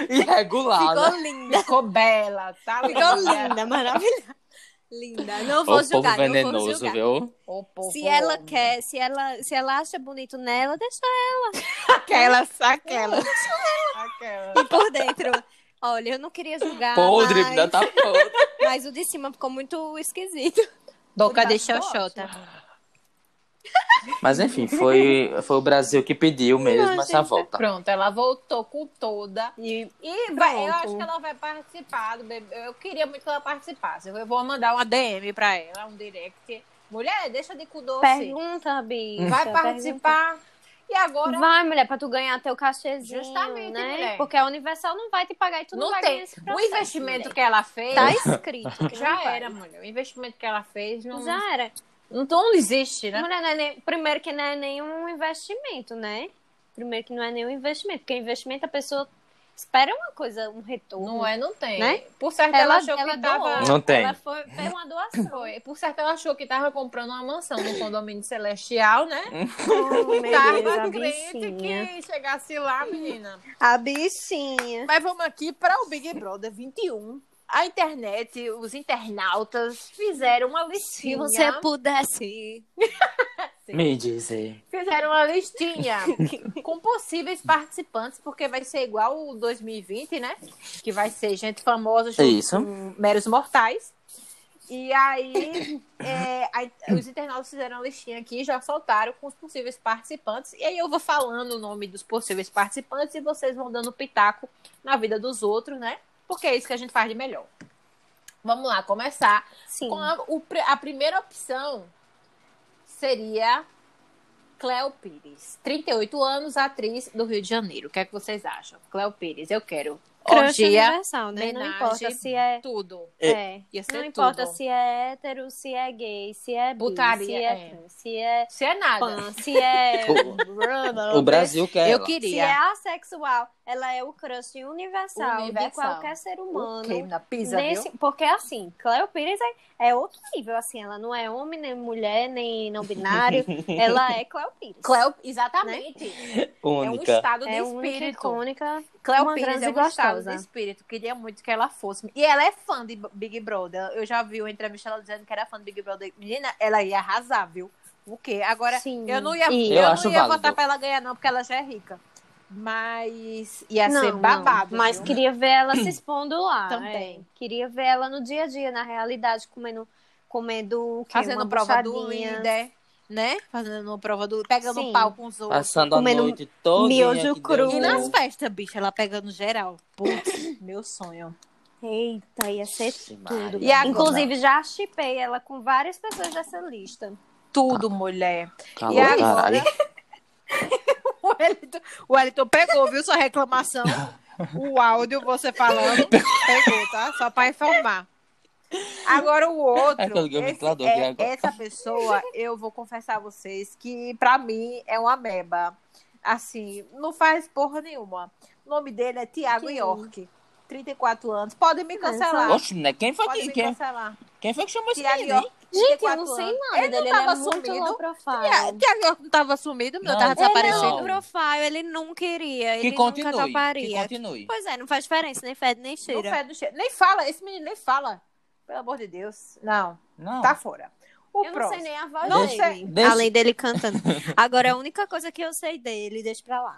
S3: Irregular. né?
S4: linda.
S2: Ficou bela, tá?
S4: Ficou
S2: linda.
S4: linda, maravilhosa. Linda. Não vou
S3: Ô, povo
S4: julgar, não vou
S3: venenoso,
S4: julgar.
S3: viu?
S2: Ô, povo
S4: Se ela
S2: homem.
S4: quer, se ela, se ela acha bonito nela, deixa
S2: Aquela, aquela. aquela.
S4: ela por dentro. Olha, eu não queria julgar,
S3: Podre, ainda
S4: mas,
S3: tá podre.
S4: mas o de cima ficou muito esquisito.
S2: Boca de
S4: Tá
S2: xoxota.
S3: Mas enfim, foi, foi o Brasil que pediu mesmo
S4: Não,
S3: essa
S4: gente,
S3: volta.
S2: Pronto, ela voltou com toda.
S4: E
S2: E vai, eu
S4: Pronto.
S2: acho que ela vai participar do bebê. Eu queria muito que ela participasse. Eu vou mandar uma DM pra ela, um direct. Mulher, deixa de cu doce.
S4: pergunta, bicha.
S2: Vai
S4: pergunta.
S2: participar. E agora
S4: Vai, mulher, pra tu ganhar teu cachezinho,
S2: Justamente,
S4: né?
S2: mulher.
S4: Porque a Universal não vai te pagar e tu não,
S2: não
S4: vai
S2: tem.
S4: ganhar esse
S2: O
S4: processo,
S2: investimento
S4: mulher.
S2: que ela fez
S4: Tá escrito. que não
S2: já
S4: vai.
S2: era, mulher. O investimento que ela fez não,
S4: Já era.
S2: não, não existe, né?
S4: Mulher, não é nem- primeiro que não é nenhum investimento, né? Primeiro que não é nenhum investimento, porque investimento a pessoa espera uma coisa, um retorno.
S2: Não é, não tem.
S4: Né?
S2: Por certo, ela,
S4: Ela,
S2: achou
S4: ela
S2: que
S4: doou.
S2: tava.
S3: Não tem.
S4: Ela foi, foi uma doação.
S2: Foi. Por certo, ela achou que tava comprando uma mansão no condomínio celestial, né?
S4: Oh, meu Deus,
S2: Tava
S4: a
S2: crente
S4: bichinha.
S2: que chegasse lá, menina.
S4: A bichinha.
S2: Mas vamos aqui para o Big Brother 21. A internet, os internautas fizeram uma
S4: Se
S2: listinha.
S4: você é pudesse.
S3: Me dizem.
S2: Fizeram uma listinha com possíveis participantes, porque vai ser igual o 2020, né? Que vai ser gente famosa
S3: É
S2: junto
S3: isso.
S2: com meros mortais. E aí, é, aí os internautas fizeram a listinha aqui, já soltaram com os possíveis participantes. E aí eu vou falando o nome dos possíveis participantes e vocês vão dando pitaco na vida dos outros, né? Porque é isso que a gente faz de melhor. Vamos lá, começar
S4: Sim.
S2: com a, o pri- a primeira opção seria Cléo Pires, 38 anos, atriz do Rio de Janeiro. O que é que vocês acham? Cléo Pires, eu quero
S4: Crush
S2: orgia,
S4: universal, né? Não
S2: homenagem.
S4: importa se é.
S2: tudo.
S4: é.
S2: Ia ser
S4: Não importa
S2: tudo.
S4: se é hétero, se é gay, se é bi,
S2: Putaria,
S4: se é,
S2: é.
S4: trans, se é
S2: Se é nada.
S4: pan, se é.
S3: O Brasil quer
S2: Eu
S3: ela.
S4: Se
S2: queria.
S4: é assexual, ela é o crush universal, de
S2: Universal.
S4: qualquer ser humano.
S2: Ok, na pisa,
S4: Nesse-
S2: viu?
S4: porque assim, Cleo Pires é, é outro nível, assim, ela não é homem, nem mulher, nem não binário, ela é Cleo Pires.
S2: Cléo, exatamente. É um
S3: única.
S2: estado de
S4: é única,
S2: espírito.
S4: icônica.
S2: Cléo
S4: uma
S2: Pires
S4: grande
S2: é um estado de
S4: gostosa.
S2: espírito. Queria muito que ela fosse. E ela é fã de Big Brother. Eu já vi uma entrevista ela dizendo que era fã de Big Brother. Menina, ela ia arrasar, viu? O quê? Agora,
S4: Sim.
S2: eu não ia,
S4: E-
S2: eu
S3: Eu
S2: não
S3: acho
S2: ia
S3: válido.
S2: votar pra ela ganhar, não, porque ela já é rica. Mas ia
S4: Não,
S2: ser
S4: não,
S2: babado.
S4: mas
S2: viu?
S4: queria ver ela se expondo lá.
S2: Também.
S4: é. Queria ver ela no dia a dia, na realidade, comendo, comendo o quê?
S2: fazendo
S4: Uma
S2: prova do
S4: buchadinha,
S2: líder, né? Fazendo prova do. Pegando
S4: Sim.
S2: pau com os outros.
S3: Passando a
S4: Comendo
S3: noite toda.
S4: miojo
S3: que
S4: cru.
S3: Deus
S2: E
S3: deu.
S2: nas festas, bicho, ela pegando geral. Putz, meu sonho.
S4: Eita, ia ser
S3: Ixi, Maria.
S4: tudo.
S2: E agora?
S4: Inclusive, já chipei ela com várias pessoas dessa lista.
S2: Tudo, mulher.
S3: Calor,
S2: E agora? né,
S3: caralho.
S2: O Wellington, o Wellington pegou, viu, sua reclamação. O áudio, você falando, pegou, tá? Só pra informar. Agora o outro.
S3: É que eu liguei o
S2: esse
S3: ventilador
S2: é-
S3: aqui agora.
S2: Essa pessoa, eu vou confessar a vocês que pra mim é uma ameba. Assim, não faz porra nenhuma. O nome dele é Tiago
S4: Quem?
S2: York, 34 anos. Podem me
S4: Mas
S2: cancelar.
S3: Oxe, né? Quem foi,
S2: Podem
S3: que,
S2: me
S3: quem,
S2: cancelar.
S3: quem foi que chamou esse
S2: Tiago
S3: menino? hein?
S2: York.
S4: Gente, eu
S2: 34
S4: não sei
S2: anos.
S4: nada
S2: Ele não
S4: dele.
S2: tava
S4: ele é muito
S2: sumido.
S4: low profile.
S2: Tiago- Tiago York não tava sumido, não,
S3: Não,
S2: tava
S3: ele não.
S4: Ele é
S2: desaparecendo.
S4: low profile, ele não queria, ele
S3: Que
S4: nunca
S3: continue. Que
S4: toparia.
S3: continue.
S4: Pois é, não faz diferença, nem fede nem
S2: Não
S4: cheira.
S2: fede, não cheira. Nem fala, esse menino nem fala. Pelo amor de Deus. Não,
S3: Não.
S2: tá fora. O
S4: eu não
S2: próximo.
S4: sei nem é a voz
S2: Não
S4: dele.
S2: sei.
S3: Deixa-
S4: Além dele cantando. Agora, é a única coisa que eu sei dele, deixa pra lá.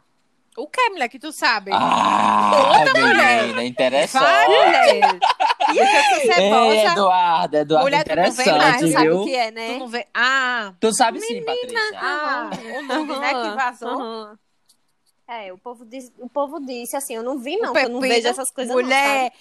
S2: O que, mulher, que tu sabe?
S3: Ah, menina, interessante.
S5: é
S2: mulher. Deixa eu ser cebosa.
S3: É, Eduardo, Eduardo,
S2: Mulher, tu não vem mais,
S3: interessante,
S2: sabe
S3: viu?
S5: o que é,
S2: Tu
S5: né?
S2: não vê. Ah,
S3: Tu sabe sim, Patrícia.
S2: ah o nude, né, que vazou.
S5: Aham.
S4: É, o povo, diz, o povo disse assim, eu não vi não,
S5: O
S4: que eu não
S5: pepino,
S4: vejo essas coisas não,
S5: Mulher,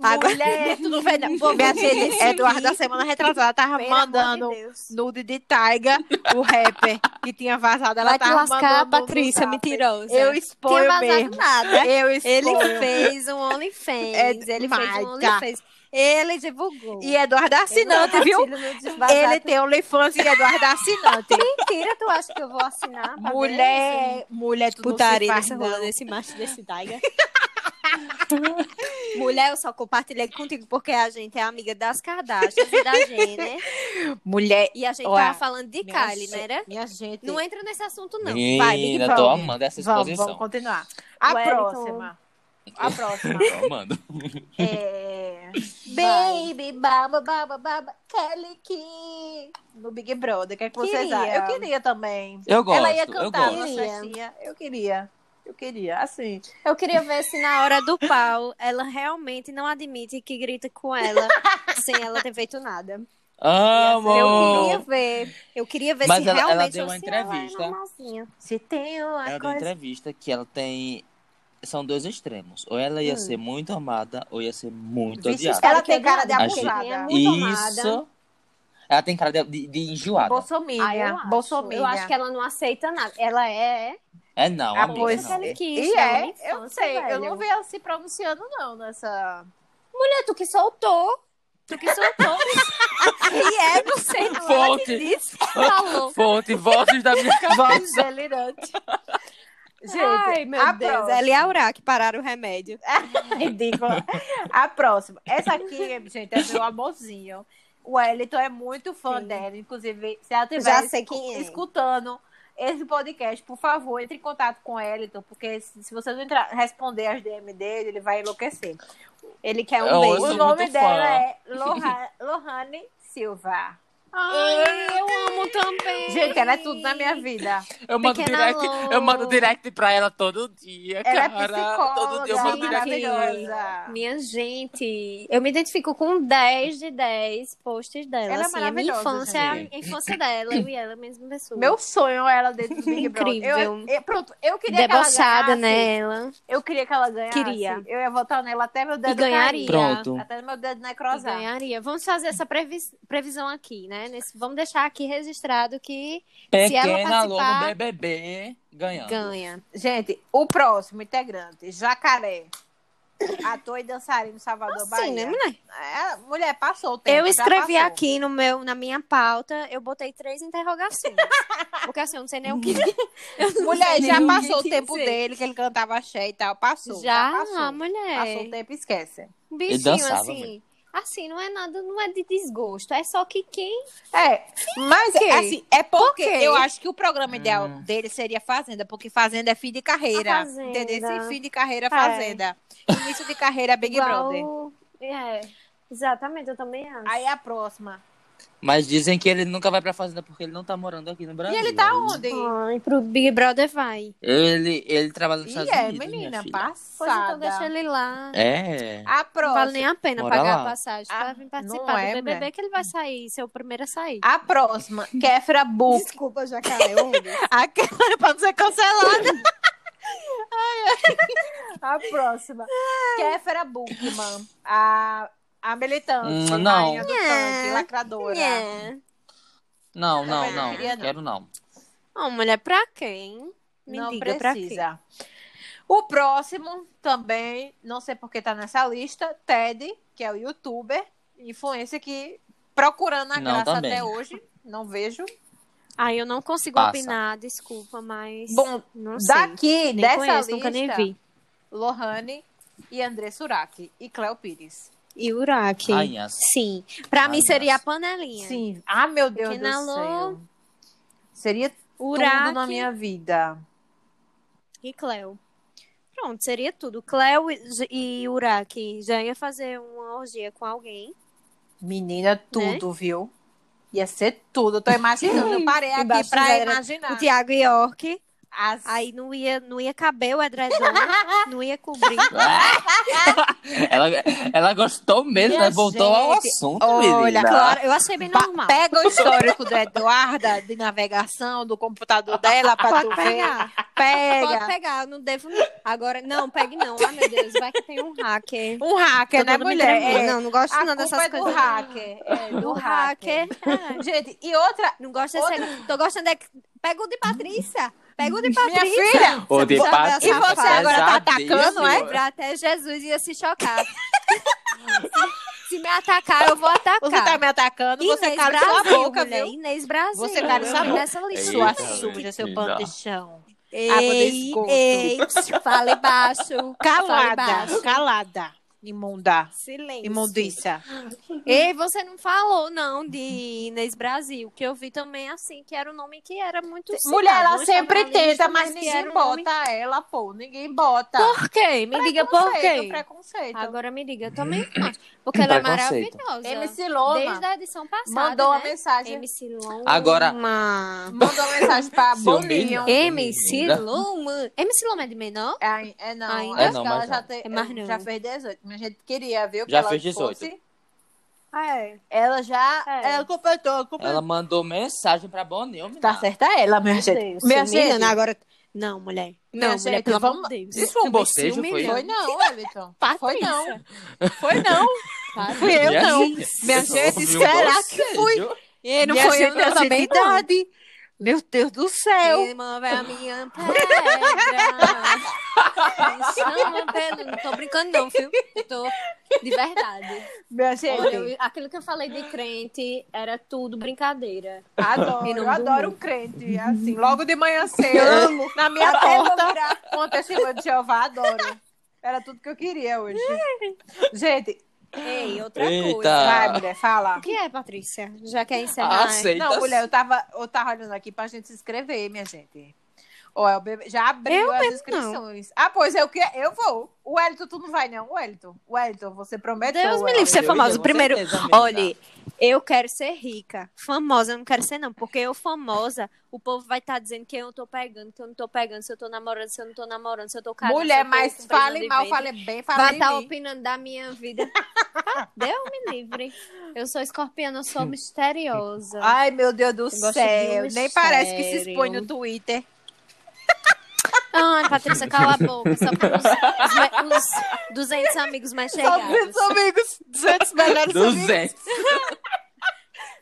S5: agora-
S2: Mulher, tu não vê não. Vou
S5: minha
S2: ver
S5: filha, Eduardo, a semana retrasada, tava
S4: sabe? Pelo amor de
S5: mandando
S4: Deus.
S5: nude de Taiga, o rapper, que tinha vazado. Ela Vai te tava lascar, mandando no Patrícia, zap. mentirosa. Eu
S4: Tinha
S5: exponho
S4: vazado
S5: mesmo.
S4: nada.
S5: Eu exponho.
S4: Ele
S2: é
S4: fez um OnlyFans,
S5: É,
S4: ele fez
S5: Maica.
S4: um OnlyFans. Ele divulgou.
S5: E Eduardo é assinante, viu? Ele
S4: Ele
S5: tem OnlyFans e Eduardo é assinante.
S4: Mentira, tu acha que eu vou
S2: tá
S4: assinar? tá Assim, pra ver
S2: Assim,
S4: isso?
S5: Mulher, mulher, tu
S2: Putaria
S5: não se
S2: desse
S5: faz, não.
S2: tá rolê,
S5: desse macho, desse Taiga.
S4: Mulher, eu só compartilhei contigo porque a gente é amiga das Kardashians e da Jenner.
S5: Mulher,
S4: E a gente
S5: Olha,
S4: tava falando de
S5: minha
S4: Kylie, não
S5: gente-
S4: era?
S2: Minha gente.
S4: Não entra nesse assunto, não.
S2: vai, Big
S3: Menina, tô
S2: Brother.
S3: amando essa
S2: vamos, vamos
S3: exposição.
S2: continuar. A
S4: Wellington.
S2: próxima. A próxima.
S3: Tô amando.
S2: é...
S4: Baby, baba, baba, baba, Kelly Key.
S2: No Big Brother, o que, é que vocês
S4: Queria.
S2: acham? Eu queria também.
S3: Eu gosto,
S2: Ela ia
S3: eu
S2: cantar
S3: gosto.
S2: na
S4: Queria.
S2: festinha. Eu queria. Eu queria, assim.
S4: Eu queria ver se na hora do pau ela realmente não admite que grita com ela sem ela ter feito nada. Eu queria
S3: Amo!
S4: ver. Eu queria ver
S3: Mas
S4: se
S3: ela- ela
S4: realmente
S3: deu
S4: eu
S3: uma
S4: sei, ela é
S3: entrevista.
S4: normalzinha.
S2: Se tem uma
S3: Ela deu
S2: coisa.
S3: entrevista que ela tem... São dois extremos. Ou ela ia
S4: Hum.
S3: ser muito amada, ou ia ser muito
S2: Vixe,
S3: odiada.
S2: Ela
S4: Porque
S2: tem
S4: eu
S2: cara é
S4: vi
S2: de
S4: uma
S3: abusada.
S4: menininha é muito amada.
S3: Isso. Ela tem cara de, de, de enjoada.
S4: Ah, eu
S2: Bolsominion.
S4: acho.
S2: Bolsominion.
S4: Eu acho que ela não aceita nada. Ela é.
S3: É não,
S2: Ah,
S3: amiga,
S2: pois
S3: não.
S4: Kelly Key,
S2: E
S4: ela na
S2: é, eu
S4: infância,
S2: sei. Eu
S4: velho.
S2: não vi né? ela se pronunciando, não, nessa.
S4: Mulher, tu que soltou. Tu que soltou. e é, Tá não sei. Ela que
S3: Fonte.
S4: disse. Falou.
S3: Fonte, vozes da minha
S2: Voz é delirante. Gente,
S4: Ai, meu
S2: a
S4: Deus.
S2: próxima. é
S4: Ela e a Aurá que pararam o remédio.
S2: Ridícula. A próxima. Essa aqui, gente, é meu amorzinho. O Wellington é muito fã
S4: Sim.
S2: dela. Inclusive, se ela estiver
S4: Já sei quem é.
S2: escutando esse podcast, por favor, entre em contato com o Wellington, porque se se você não entrar- responder as DM dele, ele vai enlouquecer.
S4: Ele quer um
S3: Eu
S4: beijo.
S3: sou
S2: o nome
S3: muito
S2: dela
S3: fã.
S2: é Lohan- Lohane Silva.
S4: Ai, eu amo também.
S2: Gente, ela é tudo na minha vida.
S3: Eu
S4: Pequena Lou.
S3: direct pra ela todo dia,
S2: Ela é psicóloga, é
S4: mando direct.
S2: maravilhosa.
S4: Minha gente, eu me identifico com 10 de 10 posts dela.
S2: Ela é
S4: assim, a minha
S2: maravilhosa,
S4: infância é
S3: gente.
S4: a infância dela, eu e ela, a mesma pessoa.
S2: Meu sonho era dentro do Big Brother. Eu,
S4: Incrível.
S2: eu- pronto, eu queria que ela
S4: Debochada,
S2: ganhasse.
S4: né? Ela.
S2: Eu queria que ela ganhasse.
S4: Queria.
S2: Eu ia votar nela até meu dedo
S4: E ganharia.
S2: cair.
S3: Pronto.
S2: Até meu dedo né,
S4: E
S2: necrosar.
S4: ganharia. Vamos fazer essa previs- previsão aqui, né? Nesse- Vamos deixar aqui registrado que Se
S3: Pequena
S4: ela
S3: Lou
S4: participar-
S3: no BBB ganhando.
S4: ganha.
S2: Gente, o próximo integrante, Jacaré. Ator e dançarino Salvador
S4: Sim,
S2: Bahia.
S4: né, mulher?
S2: É, mulher, passou o tempo.
S4: Eu
S2: já
S4: escrevi
S2: passou.
S4: aqui no meu, na minha pauta, eu botei três interrogações. Porque assim, eu não sei nem o que. eu não
S2: Mulher,
S4: sei
S2: já
S4: nem
S2: passou o
S4: que
S2: tempo
S4: dizer.
S2: dele, que ele cantava axé e tal. Passou.
S4: Já, ah,
S2: passou.
S4: mulher.
S2: Passou o tempo, esquece.
S4: Um
S3: Ele
S4: bichinho
S3: dançava,
S4: assim.
S3: velho.
S4: Assim, não é nada, não é de desgosto. É só que quem.
S2: É, mas
S4: quê?
S2: assim, é porque
S4: quê?
S2: eu acho que o programa ideal
S3: Hum.
S2: dele seria Fazenda, porque Fazenda é fim de carreira.
S4: A Fazenda.
S2: Entendeu? Esse fim de carreira é Fazenda. Início de carreira é Big
S4: igual-
S2: Brother.
S4: É. Exatamente, eu também acho.
S2: Aí a próxima.
S3: Mas dizem que ele nunca vai pra fazenda porque ele não tá morando aqui no Brasil.
S2: E ele tá onde?
S4: Ai, pro Big Brother vai.
S3: Ele, ele trabalha nos
S2: E
S3: Estados
S2: é,
S3: Unidos, minha
S2: menina,
S3: filha.
S4: Pois então
S2: passada.
S4: deixa ele lá.
S3: É.
S2: A
S4: Não
S2: próxima.
S4: vale nem a pena
S3: Bora
S4: pagar
S3: lá.
S4: a passagem
S2: Ah,
S4: pra vir
S2: não
S4: participar
S2: é,
S4: do BBB
S2: mulher. Ah,
S4: que ele vai sair, ser o primeiro a sair.
S2: A próxima, Kéfera Book.
S4: Desculpa, Jacaré,
S2: Aquela pra não ser cancelada. A próxima. Kéfera Bookman. A, a militante.
S3: Hum, não.
S2: rainha do tanque,
S4: Nhé.
S2: lacradora.
S4: É.
S3: Não, não,
S2: Também não
S3: não.
S2: queria, não.
S3: Quero não.
S4: Ô, mulher, pra quem? Me
S2: não
S4: diga pra
S2: precisa. O próximo também, não sei porque tá nessa lista, Ted, que é o youtuber, influência que procurando a
S3: Não,
S2: graça
S3: também.
S2: até hoje, não vejo.
S4: quem. Ai, eu não consigo
S3: Passa.
S4: opinar, desculpa, mas.
S2: Bom,
S4: não sei.
S2: Daqui,
S4: nem
S2: dessa
S4: conheço,
S2: lista,
S4: nunca nem vi.
S2: Lohane e André Suraki e Cléo Pires.
S4: E Uraki.
S3: Rainhas.
S4: Sim. Pra mim
S3: Rainhas.
S4: seria a panelinha.
S2: Sim. Ah, meu Deus
S4: Porque
S2: do
S4: na Lô-
S2: céu. Seria tudo
S4: Uraki
S2: na minha vida.
S4: e Cleo. Pronto, seria tudo. Cleo e- e Uraki já ia fazer uma orgia com alguém.
S2: Menina,
S4: Né?
S2: tudo, viu? Ia ser tudo. Eu tô imaginando. Eu parei aqui
S4: Embaixo
S2: pra
S4: já era
S2: imaginar.
S4: O Thiago York
S2: As...
S4: Aí não ia, não ia caber o edredom, não ia cobrir.
S3: ela, ela gostou mesmo, né?
S2: Minha
S3: Voltou ao
S2: gente,
S3: assunto,
S4: Olha,
S3: menina.
S4: claro, eu achei bem
S2: Pa-
S4: normal.
S2: Pega o histórico do Eduarda de navegação do computador dela pra tu
S4: Pode
S2: ver.
S4: pegar, pode
S2: Pega.
S4: pegar, eu não devo não. Agora, não, pegue não. Ah, meu Deus, vai que tem um hacker.
S2: Um hacker,
S4: Tô
S2: né,
S4: toda me
S2: mulher?
S4: tremendo.
S2: É.
S4: Não, não gosto
S2: A
S4: não
S2: culpa
S4: dessas
S2: é do
S4: coisas.
S2: hacker. É, do
S4: Do
S2: hacker.
S4: hacker. É.
S2: Gente, e outra.
S4: Não gosto
S2: Outra-
S4: dessa. Tô gostando é. Pega o de Patrícia. Pega o de
S2: Minha
S4: Patrícia.
S2: filha!
S3: O de
S4: Sabe
S3: Patrícia
S4: essa
S2: E você agora tá
S3: pesadíssimo.
S2: atacando, é?
S4: Pra até Jesus ia se chocar. se, se me atacar, eu vou atacar.
S2: Você tá me atacando, você
S4: Inês
S2: cala sua
S4: Brasil,
S2: boca,
S4: mulher.
S2: viu?
S4: Inês Brasil.
S2: Você cala sua
S4: Eu vi
S2: boca.
S4: Nessa lista.
S2: Sua
S3: Eita,
S2: suja, seu
S3: menina.
S2: pano de chão. Água de
S4: Ei,
S2: esgoto.
S4: ei, fale baixo. Fale
S2: Calada,
S4: baixo.
S2: calada. Imunda.
S4: Silêncio.
S2: Imundícia.
S4: Ei, você não falou, não, de Inês Brasil, que eu vi também assim, que era o nome que era muito citado.
S2: Mulher, ela
S4: Não
S2: sempre
S4: estava na lista,
S2: tenta, mas
S4: que
S2: ninguém
S4: era um nome-
S2: bota ela, pô. Ninguém bota.
S4: Por quê? Me diga por
S2: Preconceito,
S4: quê.
S2: Preconceito.
S4: Agora me diga, eu também acho. Porque ela é
S3: Preconceito.
S4: maravilhosa.
S2: MC Loma
S4: Desde a edição passada,
S2: mandou uma
S4: né?
S2: mensagem.
S4: MC Loma.
S3: Agora-
S2: Mandou uma mensagem pra
S3: Seu
S2: Bolinho.
S3: milhão.
S4: MC
S3: Menina.
S4: Loma. MC Loma é de menor?
S2: É, é não.
S4: Ainda?
S2: Acho
S3: É não,
S2: que ela
S3: mas
S2: já,
S3: não.
S2: tem-
S4: É mais não.
S2: já fez 18. Mas a gente queria, viu? que
S3: Já
S2: ela
S3: fez 18.
S2: fosse- Ah,
S4: É.
S2: Ela já.
S4: É.
S2: Ela completou, completou.
S3: Ela mandou mensagem pra Boninho. menina.
S2: Tá certa ela, minha gente. Minha gente.
S4: menina, agora... Não, mulher.
S2: Não,
S4: Não,
S2: gente,
S4: mulher, pelo
S2: vamos-
S4: amor de Deus.
S3: Isso foi um bocejo, foi?
S4: Se humilhando.
S2: Foi não, Everton. Foi não. Foi não.
S4: Para.
S2: Fui eu,
S3: Minha
S2: não.
S3: gente,
S2: Minha
S3: você
S2: gente,
S3: ouviu
S2: será
S3: um
S2: que fui?
S3: bocejo?
S2: E
S4: não foi eu, não, também não.
S2: Meu Deus do céu.
S4: Irmã, vai a minha pedra. Me chama pelo... Não tô brincando não, viu? Eu tô de verdade.
S2: Minha gente.
S4: Olha, eu- aquilo que eu falei de crente era tudo brincadeira.
S2: Adoro,
S4: Em nome
S2: eu
S4: do
S2: adoro
S4: mundo.
S2: um crente, assim, logo de manhã cedo, na minha porta, com a testemunha de Jeová, adoro. Era tudo que eu queria hoje. Gente,
S4: Ei, outra
S3: Eita.
S4: coisa.
S3: Ah.
S2: vai, mulher, fala.
S4: O que é, Patrícia? Já quer encerrar?
S3: Aceita.
S2: Não, mulher, eu tava, eu tava olhando aqui pra gente se inscrever, minha gente. Ó, é o bebê- já abriu as inscrições. Ah, pois eu que eu vou. O Wellington, tu não vai, não, Wellington. Wellington, você prometeu.
S4: Deus me
S2: Wellington.
S4: livre, você é
S3: Eu ia,
S4: famosa.
S3: com
S4: Primeiro,
S3: certeza, menina.
S4: olhe, eu quero ser rica. Famosa eu não quero ser, não. Porque eu famosa, o povo vai estar dizendo que eu tô pegando, que eu não tô pegando, se eu tô namorando, se eu não tô namorando, se eu tô casando. se
S2: Mulher,
S4: eu tô
S2: mas
S4: comprando
S2: fale
S4: um de
S2: mal,
S4: venda.
S2: fale bem,
S4: Vai
S2: fale
S4: estar
S2: bem.
S4: opinando da minha vida. Deus me livre. Eu sou escorpiana, eu sou misteriosa.
S2: Ai, meu Deus do
S4: gosto de
S2: céu.
S4: um
S2: Nem parece que se
S4: mistério.
S2: expõe no Twitter.
S4: Ah, Patrícia, cala a boca. Só para os, os me- os 200 amigos mais chegados.
S2: Meus amigos, 200 melhores amigos.
S3: 200.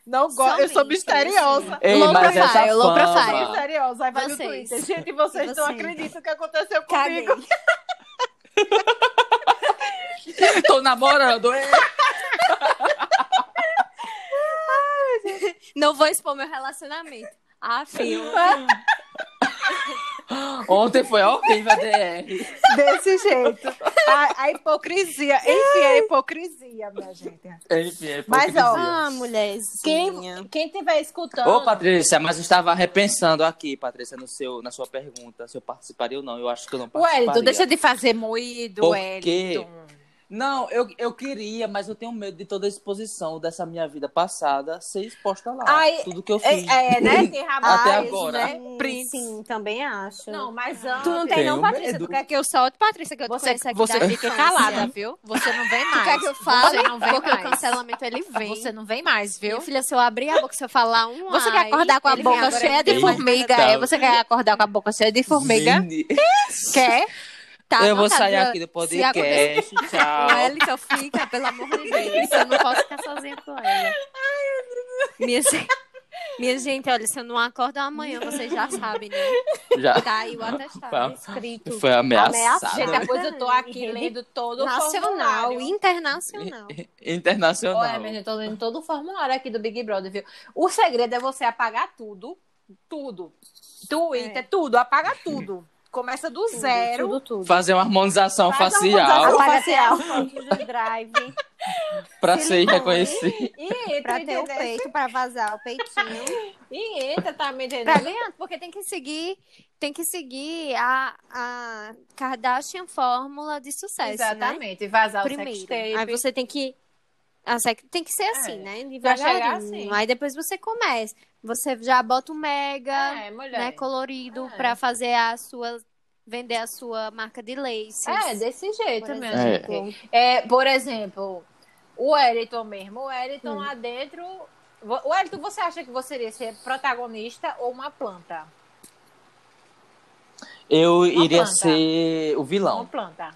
S2: Não gosto,
S4: São
S2: eu sou
S4: amigos,
S2: misteriosa.
S3: Ei,
S4: Low
S3: mas essa
S4: profile, low
S3: fama.
S4: profile.
S2: Misteriosa, aí vai no
S4: Vocês.
S2: Twitter. Gente, vocês não
S4: Vocês.
S2: acreditam o que aconteceu
S4: Caguei.
S2: comigo.
S3: Tô namorando. hein?
S4: Não vou expor meu relacionamento. Ah, filho.
S3: Ontem foi horrível a DR.
S2: Desse jeito. A, a hipocrisia. Enfim, a hipocrisia, minha gente.
S3: Enfim, é
S2: Mas, ó,
S3: hipocrisia.
S4: Ah, mulherzinha.
S2: Quem, quem estiver escutando.
S3: Ô, Patrícia, mas eu estava repensando aqui, Patrícia, no seu, na sua pergunta, se eu participaria ou não. Eu acho que eu não participaria.
S2: Wellington, então deixa de fazer moído,
S3: Por quê?
S2: Wellington.
S3: Não, eu, eu queria, mas eu tenho medo de toda a exposição dessa minha vida passada ser exposta lá.
S2: Ai,
S3: tudo que eu
S2: É,
S3: fiz.
S2: é, né? Tem rabais,
S3: Até agora.
S2: né?
S4: Prince. Sim, também acho.
S2: Não, mas antes.
S4: tu não tem não,
S3: Tenho
S4: Patrícia.
S3: medo.
S4: Tu quer que eu solte, Patrícia, que eu te
S2: Você,
S4: conheço aqui
S2: você
S4: da
S2: fica
S4: infância.
S2: calada, viu? Você não vem
S4: Tu
S2: mais.
S4: quer que eu fale?
S2: Você não vem
S4: Porque
S2: mais.
S4: o cancelamento, ele vem.
S2: Você não vem mais, viu?
S4: Minha Ah, filha, se eu abrir a boca, se eu falar um
S2: Você quer
S4: ai,
S2: acordar com a
S4: ele vem
S2: boca
S4: agora
S2: cheia de
S4: aqui.
S3: Eita.
S4: né?
S2: formiga, é? Você quer acordar com a boca cheia de formiga?
S3: Gente,
S2: Quer?
S4: Tá,
S3: eu vou
S4: anotado,
S3: sair
S4: viu?
S3: aqui do
S4: Se acontecer
S3: podcast. Tchau.
S4: com ela, então fica, pelo amor de Deus. Eu não posso ficar sozinha com ela. Minha, gen- minha gente, olha, se eu não acordo amanhã, vocês já sabem, né?
S2: um
S3: Já.
S4: Tá aí o atestado
S3: Foi-
S4: escrito.
S3: Foi
S2: Gente,
S3: ameaçada.
S4: Ameaçada.
S2: depois eu tô aqui lendo todo o
S4: Nacional,
S2: formulário.
S4: internacional.
S3: Internacional.
S2: Olha, é, minha gente, tô lendo todo o formulário aqui do Big Brother, viu? O segredo é você apagar tudo, tudo. Twitter,
S4: É.
S2: tudo, apaga tudo. Começa do zero.
S4: Tudo, tudo.
S3: Fazer uma harmonização
S2: Faz uma
S3: facial
S2: harmonização.
S4: Apaga
S2: facial.
S4: até as fotos do drive
S3: pra
S4: Se
S3: ser
S4: limpar,
S3: reconhecido.
S2: E entra,
S4: pra ter o
S2: entendeu?
S4: peito, pra vazar o peitinho.
S2: E entra, tá me
S4: Pra
S2: entendendo?
S4: ganhar, porque tem que seguir, tem que seguir a, a Kardashian fórmula de sucesso, né?
S2: Exatamente. Vazar o
S4: Primeiro.
S2: sextape.
S4: Aí você tem que a sec- tem que ser assim, né?
S2: É. pra chegar
S4: Devagarinho.
S2: assim.
S4: Aí depois você um começa.
S5: Você já bota o mega,
S2: É, mulher.
S5: né, colorido
S2: É.
S5: pra fazer a sua vender a sua marca de laces.
S2: É, desse jeito
S5: por
S2: mesmo.
S5: exemplo.
S2: É, por exemplo, o Wellington mesmo. O Wellington
S5: Hum.
S2: lá dentro. Vo- O Wellington, você acha que você iria ser protagonista ou uma planta?
S3: Eu iria
S2: planta.
S3: ser o
S2: Uma
S3: vilão.
S2: planta.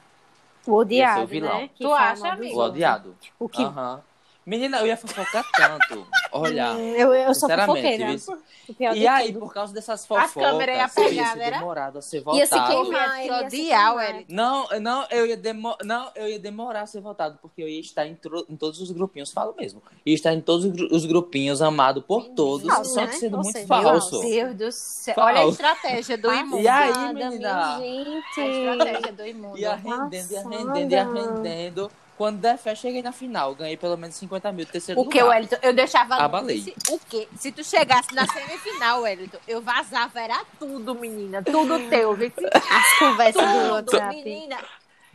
S4: O
S3: Esse é o
S4: odiado,
S3: vilão.
S4: né? Que
S2: Tu
S4: fala
S2: acha,
S4: mal dos
S2: amigo?
S3: O
S4: outros.
S3: odiado. Ah.
S4: O que?
S3: Aham. Menina, eu ia fofocar tanto. Olha.
S4: Eu, eu sou
S3: Sinceramente,
S4: fofoqueira. O pior de
S3: E aí,
S4: tudo.
S3: por causa dessas
S2: A
S3: fofocas,
S2: câmera ia
S3: isso
S2: pegar, né, era?
S3: demorado a ser
S5: Ia se
S3: votado.
S5: queimar.
S2: Eu ia te
S5: Ele ia se
S2: odiar,
S5: queimar.
S2: Wellington.
S3: Não, não, eu ia demo... não, eu ia demorar a ser votado, porque eu ia estar em, tro- em todos os grupinhos, falo mesmo. Ia estar em todos os gru- os grupinhos, amado por todos,
S5: Falso,
S3: só
S5: né?
S3: que sendo
S5: Ou
S3: muito
S5: seja,
S3: falso.
S5: Sou.
S2: Meu Deus do céu.
S3: Fala.
S2: Olha a estratégia do imundo.
S3: Ah, E aí,
S4: Passada,
S3: menina?
S4: minha
S2: A
S4: Gente.
S2: estratégia do imundo.
S3: Ia rendendo, ia rendendo, ia rendendo. Quando der fé, cheguei na final, ganhei pelo menos 50 mil, terceiro
S2: O que,
S3: lugar.
S2: Wellington? Eu deixava.
S3: Abalei.
S2: Se, o quê? Se tu chegasse na semifinal, Wellington, eu vazava, era tudo, menina. Tudo teu, viu?
S5: As conversas do
S2: Tudo,
S5: WhatsApp.
S2: menina.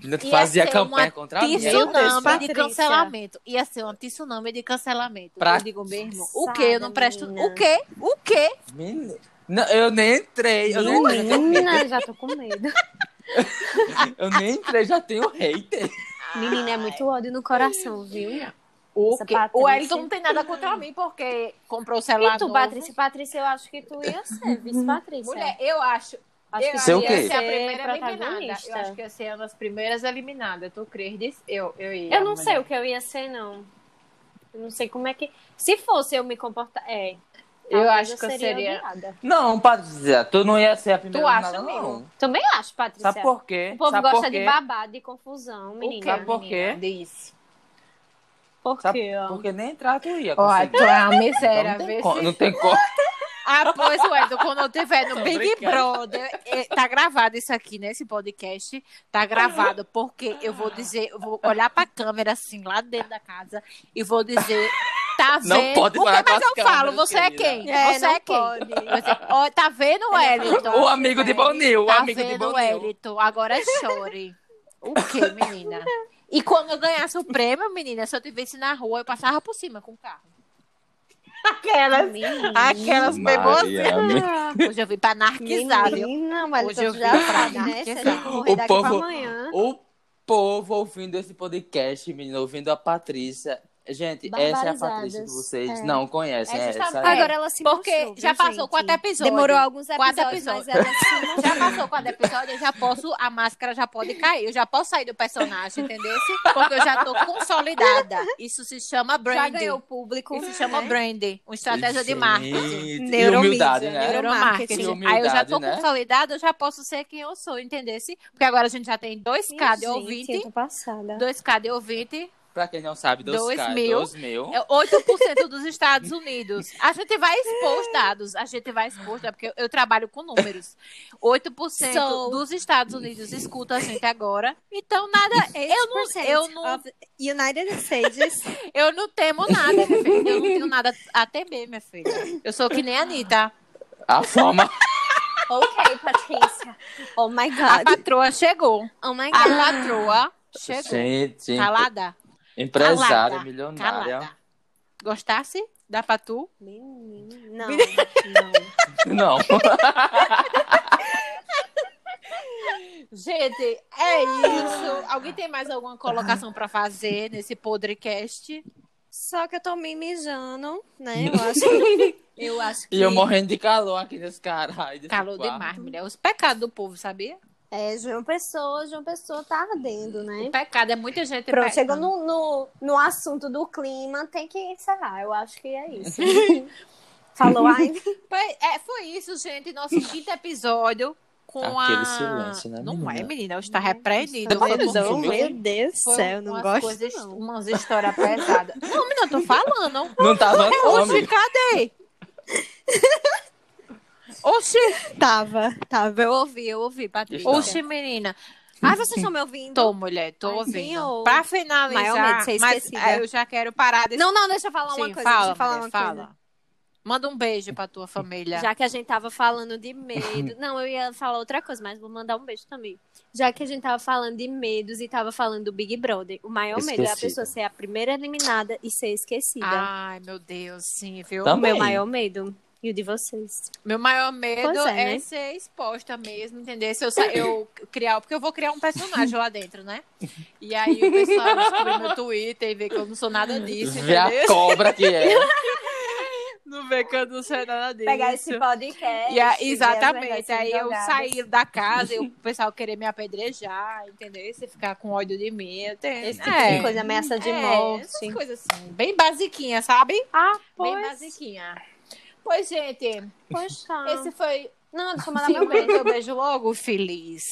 S3: Ainda
S2: Ia
S3: fazia
S2: ser
S3: campanha
S2: uma
S3: contra mim. é um
S5: Meu Deus,
S2: Tsunami de
S5: Patrícia.
S2: cancelamento. Ia ser um tsunami de cancelamento.
S3: Pra-
S2: Eu digo mesmo. O quê? Eu não
S4: Passada,
S2: presto.
S4: menina.
S2: O quê? O quê?
S3: Menina. Não, eu nem entrei, eu nem, entrei,
S4: Menina, já tô com medo.
S3: eu nem entrei, já tenho hater.
S5: Menina, é muito ódio no coração, viu?
S2: O
S4: Essa
S2: quê?
S4: Patrícia.
S2: O Wellington não tem nada contra mim, porque comprou o celular.
S4: E tu,
S2: novo.
S4: Patrícia? Patrícia, eu acho que tu ia ser
S3: Uhum.
S4: vice-Patrícia.
S2: Mulher, eu acho.
S4: acho
S2: eu
S4: que
S3: Ser
S4: tu
S3: o
S2: ia
S3: quê?
S4: ia
S2: ser a primeira eliminada. Eu
S4: protagonista.
S2: acho que ia ser uma das primeiras eliminadas. Tu credes? Eu, eu ia.
S4: Eu não
S2: mulher.
S4: sei o que eu ia ser, não. Eu não sei como é que. Se fosse eu me comportar. É.
S2: Eu
S4: Talvez
S2: acho que eu
S4: seria.
S2: seria.
S4: odiada.
S3: Não, Patrícia, tu não ia ser a primeira
S2: acha
S3: eliminada,
S2: mesmo?
S3: não.
S4: Também acho, Patrícia.
S3: Sabe por quê?
S4: O povo
S3: Sabe
S4: gosta
S3: por
S4: de
S3: quê?
S4: babado, de confusão, menina.
S3: Sabe por quê?
S2: Diz.
S4: Por
S3: Sabe
S4: quê? ó?
S3: Porque nem entrar tu ia
S2: Ó,
S3: conseguir.
S2: tu é uma miséria.
S3: Então não,
S2: vê
S3: tem
S2: se-
S3: co- não tem como.
S2: Ah, pois, Wellington, quando eu tiver no
S3: Tô
S2: Big
S3: brincando.
S2: Brother, eh, tá gravado isso aqui, né? Esse podcast tá gravado, porque eu vou dizer, eu vou olhar pra câmera, assim, lá dentro da casa, e vou dizer, tá vendo?
S3: Não pode
S2: o que
S3: falar com
S2: mais
S3: as
S2: eu falo?
S3: câmeras,
S2: Você é quem?
S3: querida.
S2: você é quem? Eu vou dizer, ó, tá vendo,
S4: é
S2: Wellington?
S3: O amigo
S4: né?
S3: de Bonil, o
S2: Tá
S3: amigo de
S2: vendo,
S3: Bonil.
S2: Wellington? Agora chore. O quê, menina? E quando eu ganhasse o prêmio, menina, se eu tivesse na rua, eu passava por cima com o carro.
S3: né?
S2: Aquelas, aquelas Hoje eu vim pra anarquizar, viu?
S5: Menina, mas
S2: Hoje
S5: tu
S2: eu
S5: já
S2: vim pra
S5: sabe,
S2: dar
S5: né? Se a
S2: questão.
S5: gente morrer
S3: O
S5: daqui
S3: povo-
S5: pra tipo amanhã.
S3: O povo ouvindo esse podcast, menino, ouvindo a Patrícia. Gente, essa é a Patrícia que
S4: Barbarizadas.
S3: vocês não conhecem.
S2: É
S3: É
S2: justamente-
S3: essa é.
S5: Agora ela se
S2: Porque
S5: mostrou, viu,
S2: já passou
S5: gente?
S2: quatro episódios.
S5: Demorou alguns
S2: Quatro
S5: episódios, mas ela se mostrou.
S2: Já passou quatro episódios, eu já posso, a máscara já pode cair, eu já posso sair do personagem, entendeu? Porque eu já tô consolidada. Isso se chama
S5: Já
S2: branding.
S5: ganhou o público.
S2: Isso se chama
S5: né?
S2: branding, uma estratégia de
S3: Gente,
S2: marketing.
S3: e
S5: Neuromídia,
S3: humildade, né?
S4: um
S5: neuro-
S2: Neuromarketing.
S3: Humildade,
S2: Aí eu já tô
S3: né?
S2: consolidada, eu já posso ser quem eu sou, entendeu? Porque agora a gente já tem 2K de
S4: Gente, Eu
S2: ouvinte,
S4: tô passada.
S2: 2K de ouvinte,
S3: Pra quem não sabe, dois,
S2: Dois
S3: K,
S2: mil.
S3: dois mil.
S2: É 8% dos Estados Unidos. A gente vai expor os dados. A gente vai expor, os dados, porque eu, eu trabalho com números. 8%
S5: Sou.
S2: dos Estados Unidos escuta a gente agora. Então, nada. Eu não, eu não,
S5: of United States.
S2: eu não temo nada, minha filha. Eu não tenho nada a temer, minha filha. Eu sou que nem a Anitta.
S3: A fama.
S4: ok, Patrícia.
S5: oh my
S2: A
S5: God.
S2: patroa chegou.
S5: Oh my
S2: A
S5: God.
S2: patroa chegou.
S3: Gente,
S2: Calada.
S3: empresária,
S2: calada,
S3: milionária.
S2: Calada. Gostasse da Patu?
S5: Menino. Não, não.
S3: Não.
S2: Gente, é isso. Alguém tem mais alguma colocação pra fazer nesse podcast?
S5: Só que eu tô me mijando, né? Eu acho, eu acho que.
S3: E eu morrendo de calor aqui nesse caralho. desse
S2: Calor
S3: quarto.
S2: demais, mulher. Os pecados do povo, sabia?
S5: É, João Pessoa, João Pessoa tá ardendo,
S2: O
S5: né?
S2: pecado é muita gente.
S5: Pronto,
S2: pecando.
S5: chegou no, no, no assunto do clima, tem que encerrar. Eu acho que é isso. Falou ai.
S2: Foi- é, foi isso, gente. Nosso quinto episódio com
S3: Aquele
S2: a.
S3: silêncio, né,
S2: Não é,
S3: menina?
S2: menina. Eu está repreendido.
S3: Depois
S2: Então Foi
S3: eu
S2: porque
S3: sumiu.
S2: foi
S5: Deus do
S2: umas coisas- Umas histórias pesadas. Não, menina, eu tô falando.
S3: Não tá tava
S2: Oxi,
S3: nome.
S2: cadê? Oxi,
S5: Tava, tava. Eu ouvi, eu ouvi, Patrícia.
S3: Não.
S2: oxi, menina.
S5: Ai, vocês estão me ouvindo?
S2: Tô, mulher, tô
S5: Ai,
S2: ouvindo.
S5: senhor.
S2: Pra finalizar,
S5: Maior medo de ser
S2: mas
S5: esquecida.
S2: é, eu já quero parar desse...
S5: Não, não, deixa eu falar uma
S2: Sim,
S5: coisa.
S2: fala,
S5: deixa eu falar
S2: mulher,
S5: uma
S2: fala.
S5: coisa.
S2: Manda um beijo pra tua família.
S5: Já que a gente tava falando de medo. Não, eu ia falar outra coisa, mas vou mandar um beijo também. Já que a gente tava falando de medos e tava falando do Big Brother, o maior medo é a
S3: Esquecida.
S5: pessoa
S2: Ah,
S5: ser a primeira eliminada e ser esquecida.
S2: Ai, meu Deus, sim, viu?
S5: o meu
S3: também.
S5: maior medo.
S4: E o de vocês.
S2: Meu maior medo
S4: Pois é,
S2: é,
S4: né?
S2: ser exposta mesmo, entender se eu, sa- eu criar, porque eu vou criar um personagem lá dentro, né? E aí o pessoal descobre meu Twitter e vê que eu não sou nada disso,
S3: Vê a
S2: entendeu?
S3: cobra que é.
S2: Não vê que eu não sou nada disso.
S6: Pegar esse
S4: É
S6: podcast.
S2: E a-
S6: ver as
S2: exatamente,
S6: verdades
S2: aí eu
S6: jogadas.
S2: sair da casa e o pessoal querer me apedrejar, entendeu? Você ficar com ódio de mim, eu tenho... né?
S4: Esse tipo de coisa, ameaça de
S2: é,
S4: morte.
S2: essas coisas assim, bem basiquinha, sabe?
S4: Ah,
S2: Bem basiquinha. Pois, gente,
S4: Poxa.
S2: esse foi
S4: Não, deixa eu mandar meu beijo.
S2: Finalmente eu beijo logo, feliz.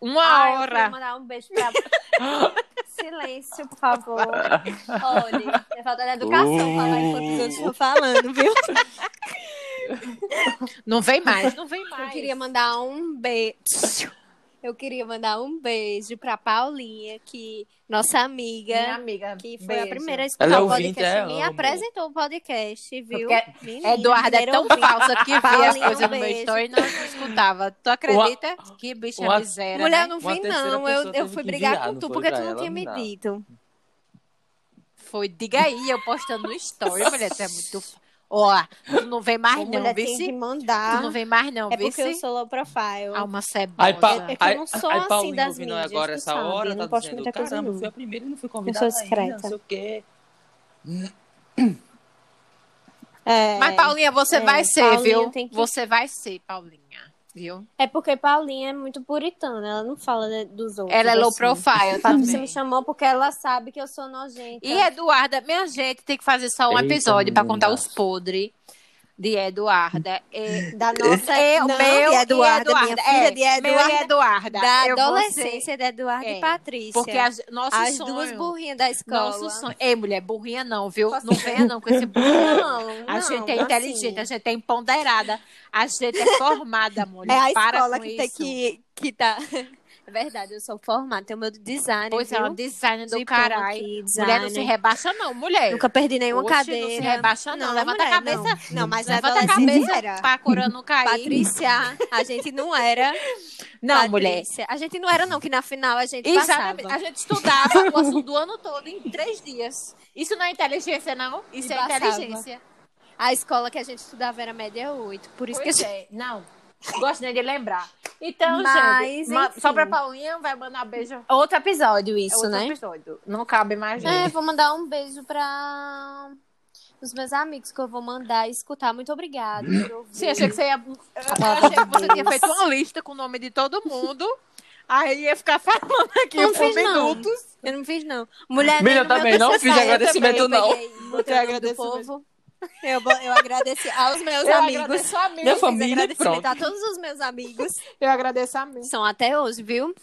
S2: Uma
S4: Ah, eu quero
S2: hora.
S4: mandar um beijo pra... Silêncio, por favor.
S6: Olha, é falta de educação
S4: Uh.
S6: falar enquanto os outros
S4: Tô falando, viu?
S2: Não vem mais, não vem mais.
S4: Eu queria mandar um beijo. Eu queria mandar um beijo pra Paulinha, que nossa
S2: Minha
S4: amiga,
S2: amiga,
S4: que foi a
S2: beijo.
S4: primeira a escutar
S3: Ela é
S4: o
S3: ouvinte,
S4: podcast.
S3: é,
S4: me
S3: amo.
S4: apresentou o podcast, viu?
S2: Porque
S4: Menina,
S2: Eduarda é
S4: primeira
S2: tão
S4: ouvinte.
S2: falsa que vê as
S4: Paulinha,
S2: coisas
S4: um
S2: no meu
S4: beijo.
S2: story e não escutava. Tu acredita? Que bicha
S3: Uma-
S2: miséria.
S4: Mulher, eu
S2: né?
S4: não
S3: Uma
S4: vi,
S3: terceira
S4: não.
S3: pessoa
S4: Eu, eu
S3: teve
S4: fui
S3: que
S4: brigar
S3: virar,
S4: com
S3: não
S4: tu,
S3: foi
S4: porque
S3: pra
S4: tu não
S3: ela,
S4: tinha
S3: não
S4: me
S3: dá.
S4: dito.
S2: Foi, diga aí, eu postando no story, mulher, tu é muito. f- Ó, tu não vem mais,
S4: Ai,
S2: não,
S4: mulher, tem que
S2: vice. Tu
S4: mandar.
S2: não vem mais, não,
S4: É porque eu
S2: vice.
S4: sou low profile.
S2: Alma né? cebosa.
S3: Aí, pa,
S4: É que eu
S3: aí,
S4: não sou
S3: aí
S4: assim
S3: Paulinho
S4: das
S3: ouvindo
S4: mídias,
S3: agora
S4: tu
S3: essa
S4: sabe,
S3: hora,
S4: eu não
S3: tá
S4: posto
S3: dizendo,
S4: muita coisa,
S3: caramba,
S4: não.
S3: fui a primeira e não fui convidada ainda,
S4: discreta.
S3: não sei o quê.
S4: É,
S2: Mas, Paulinha, você
S4: É,
S2: vai ser,
S4: Paulinha
S2: viu?
S4: tem que-
S2: Você vai ser, Paulinha, viu?
S4: é porque Paulinha é muito puritana, ela não fala né, dos outros.
S2: Ela é low
S4: assim.
S2: profile
S4: Patrícia
S2: também.
S4: me chamou porque ela sabe que eu sou nojenta.
S2: E Eduarda, minha gente, tem que fazer só um
S3: Eita,
S2: episódio pra contar
S3: menina.
S2: os podres de Eduarda. É,
S4: Da nossa...
S2: é, o
S4: Não,
S2: meu
S4: de Eduarda,
S2: e
S4: minha filha
S2: é,
S4: de
S2: Meu e
S4: Eduarda.
S2: Eduarda.
S4: Da
S2: Eu vou
S4: adolescência de Eduardo
S2: É,
S4: e
S2: ser-
S4: Patrícia.
S2: porque as, nosso
S4: as
S2: sonho,
S4: duas burrinhas da escola.
S2: nosso sonho. Ei, mulher, burrinha não, viu? Não venha não com esse burrinho.
S4: Não,
S2: A
S4: não,
S2: gente é
S4: assim,
S2: inteligente, a gente é empoderada, a gente é formada, mulher.
S4: É a
S2: Para
S4: escola
S2: com
S4: que
S2: isso.
S4: tem que, que tá... É verdade, eu sou formada, tenho meu design,
S2: Pois é,
S4: viu?
S2: um design do
S4: Diploma
S2: caralho.
S4: aqui, design.
S2: Mulher não se rebaixa, não, mulher.
S4: Nunca perdi nenhuma
S2: Oxe,
S4: cadeira.
S2: Não se rebaixa, não. Levanta
S4: mulher,
S2: a cabeça.
S4: Não, não mas
S2: Levanta a cabeça pra coroa não cair.
S4: Patrícia, a gente não era.
S2: não, mulher.
S4: Patrícia. A gente não era, não, que na final a gente
S2: Exatamente.
S4: passava.
S2: A gente estudava o assunto do ano todo em três dias. Isso não é inteligência, não. Isso
S4: E
S2: é
S4: passava.
S2: inteligência.
S4: A escola que a gente estudava era média 8, por isso
S2: Pois
S4: que
S2: é. Não. Gosto nem de lembrar. Então,
S4: Mas,
S2: gente, ma-
S4: enfim.
S2: só pra Paulinha vai mandar beijo. É
S4: eu... É Outro episódio isso, né?
S2: outro episódio. Não cabe mais gente.
S4: É, vou mandar um beijo pra os meus amigos que eu vou mandar escutar. Muito obrigada por ouvir.
S2: Sim, achei que você ia. Eu achei que você tinha feito uma lista com o nome de todo mundo. Aí ia ficar falando aqui
S4: Não
S2: uns
S4: fiz, não.
S2: minutos.
S4: Eu não fiz, não. Mulher
S3: Menina,
S4: nem no meu
S3: também não
S4: TCC,
S3: fiz agradecimento,
S4: eu também
S3: não.
S4: peguei, botei o nome do
S2: agradecimento.
S4: povo. Eu, bo- eu agradeci aos meus
S2: Eu
S4: amigos.
S2: agradeço a mim.
S3: Minha
S4: Fiz
S3: família,
S4: agradecimento
S3: pronto.
S4: a todos os meus amigos.
S2: Eu agradeço a mim.
S4: São até hoje, viu?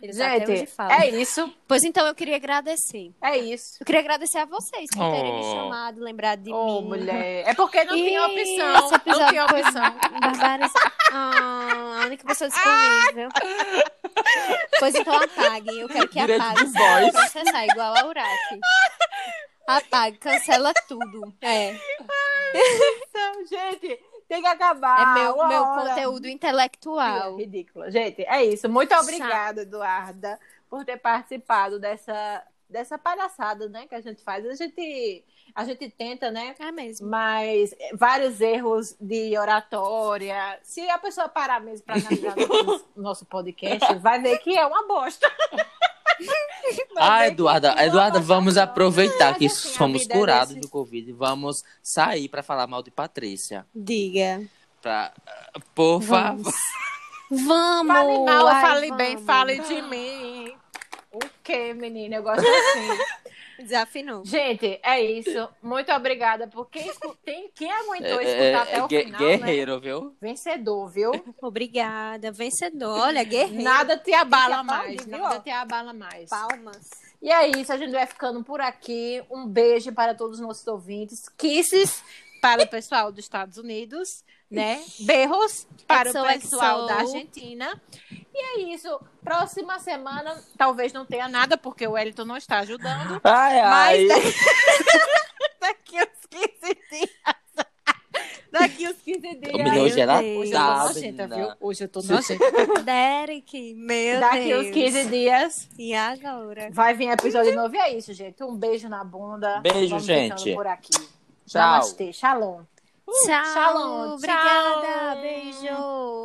S4: Eles até hoje
S2: Gente,
S4: falam.
S2: é isso.
S4: Pois então, eu queria agradecer.
S2: É isso.
S4: Eu queria agradecer a vocês por terem me
S3: Oh.
S4: chamado, lembrado de
S2: Ô,
S4: mim.
S2: mulher. É porque não
S4: Ih,
S2: tinha opção.
S4: esse episódio
S2: Não tinha
S4: foi-
S2: opção.
S4: Barbaras. Ah, a única pessoa disponível. pois então apaguem. Eu quero que
S3: Direito
S4: apaguem.
S3: dos boys.
S4: Processar igual a Uraki. Apague, cancela tudo. É, é
S2: Então, gente, tem que acabar.
S4: É meu,
S2: Ah, Uma
S4: meu
S2: hora.
S4: conteúdo
S2: Ridícula,
S4: intelectual.
S2: Ridícula. Gente, é isso. Muito obrigada, Eduarda, por ter participado dessa, dessa palhaçada né, que a gente faz. A gente, a gente tenta, né?
S4: É mesmo.
S2: Mas eh, vários erros de oratória. Se a pessoa parar mesmo para analisar nosso, nosso podcast, vai ver que é uma bosta. Vai
S3: Ah,
S2: ver que
S3: Eduarda,
S2: não é uma
S3: Eduarda,
S2: bosta.
S3: vamos aproveitar
S2: Mas
S3: que
S2: assim, a
S3: somos
S2: vida é
S3: curados
S2: desse-
S3: do Covid. Vamos sair pra falar mal de Patrícia.
S4: Diga.
S3: Pra... Por
S4: Vamos.
S3: favor.
S4: Vamos!
S2: Fale mal,
S4: ai,
S2: fale bem,
S4: vamos.
S2: fale de mim. O que, menina? Eu gosto assim.
S4: Desafinou.
S2: Gente, é isso. Muito obrigada por quem, escu- tem- quem aguentou
S3: É, é,
S2: escutar até o
S3: gue-
S2: final, né?
S3: guerreiro, viu?
S2: Vencedor, viu?
S4: Obrigada, vencedor. Olha, guerreiro.
S2: Nada te abala
S4: Tem que aplaudir,
S2: mais,
S4: viu?
S2: nada te abala mais.
S4: Palmas.
S2: E é isso, a gente vai ficando por aqui. Um beijo para todos os nossos ouvintes. Kisses para o pessoal dos Estados Unidos, né? Berros para
S4: XOXO.
S2: o pessoal da Argentina. E é isso. Próxima semana talvez não tenha nada, porque o Wellington não está ajudando.
S3: Ai, ai.
S2: Mas daqui uns 15 dias. Daqui uns 15 dias.
S3: Tô me nojentado.
S2: Hoje eu tô nojenta, viu? Hoje eu tô nojenta.
S4: Derek, meu
S2: Daqui
S4: Deus. Uhum.
S2: uns 15 dias.
S4: E agora?
S2: Vai vir episódio novo e é isso, gente. Um beijo na bunda.
S3: Beijo,
S2: Vamos ficando
S3: gente.
S2: por aqui.
S3: Tchau.
S2: Namastê. Shalom.
S4: Tchau.
S7: Shalom, tchau.
S4: Obrigada. Uh, Beijo.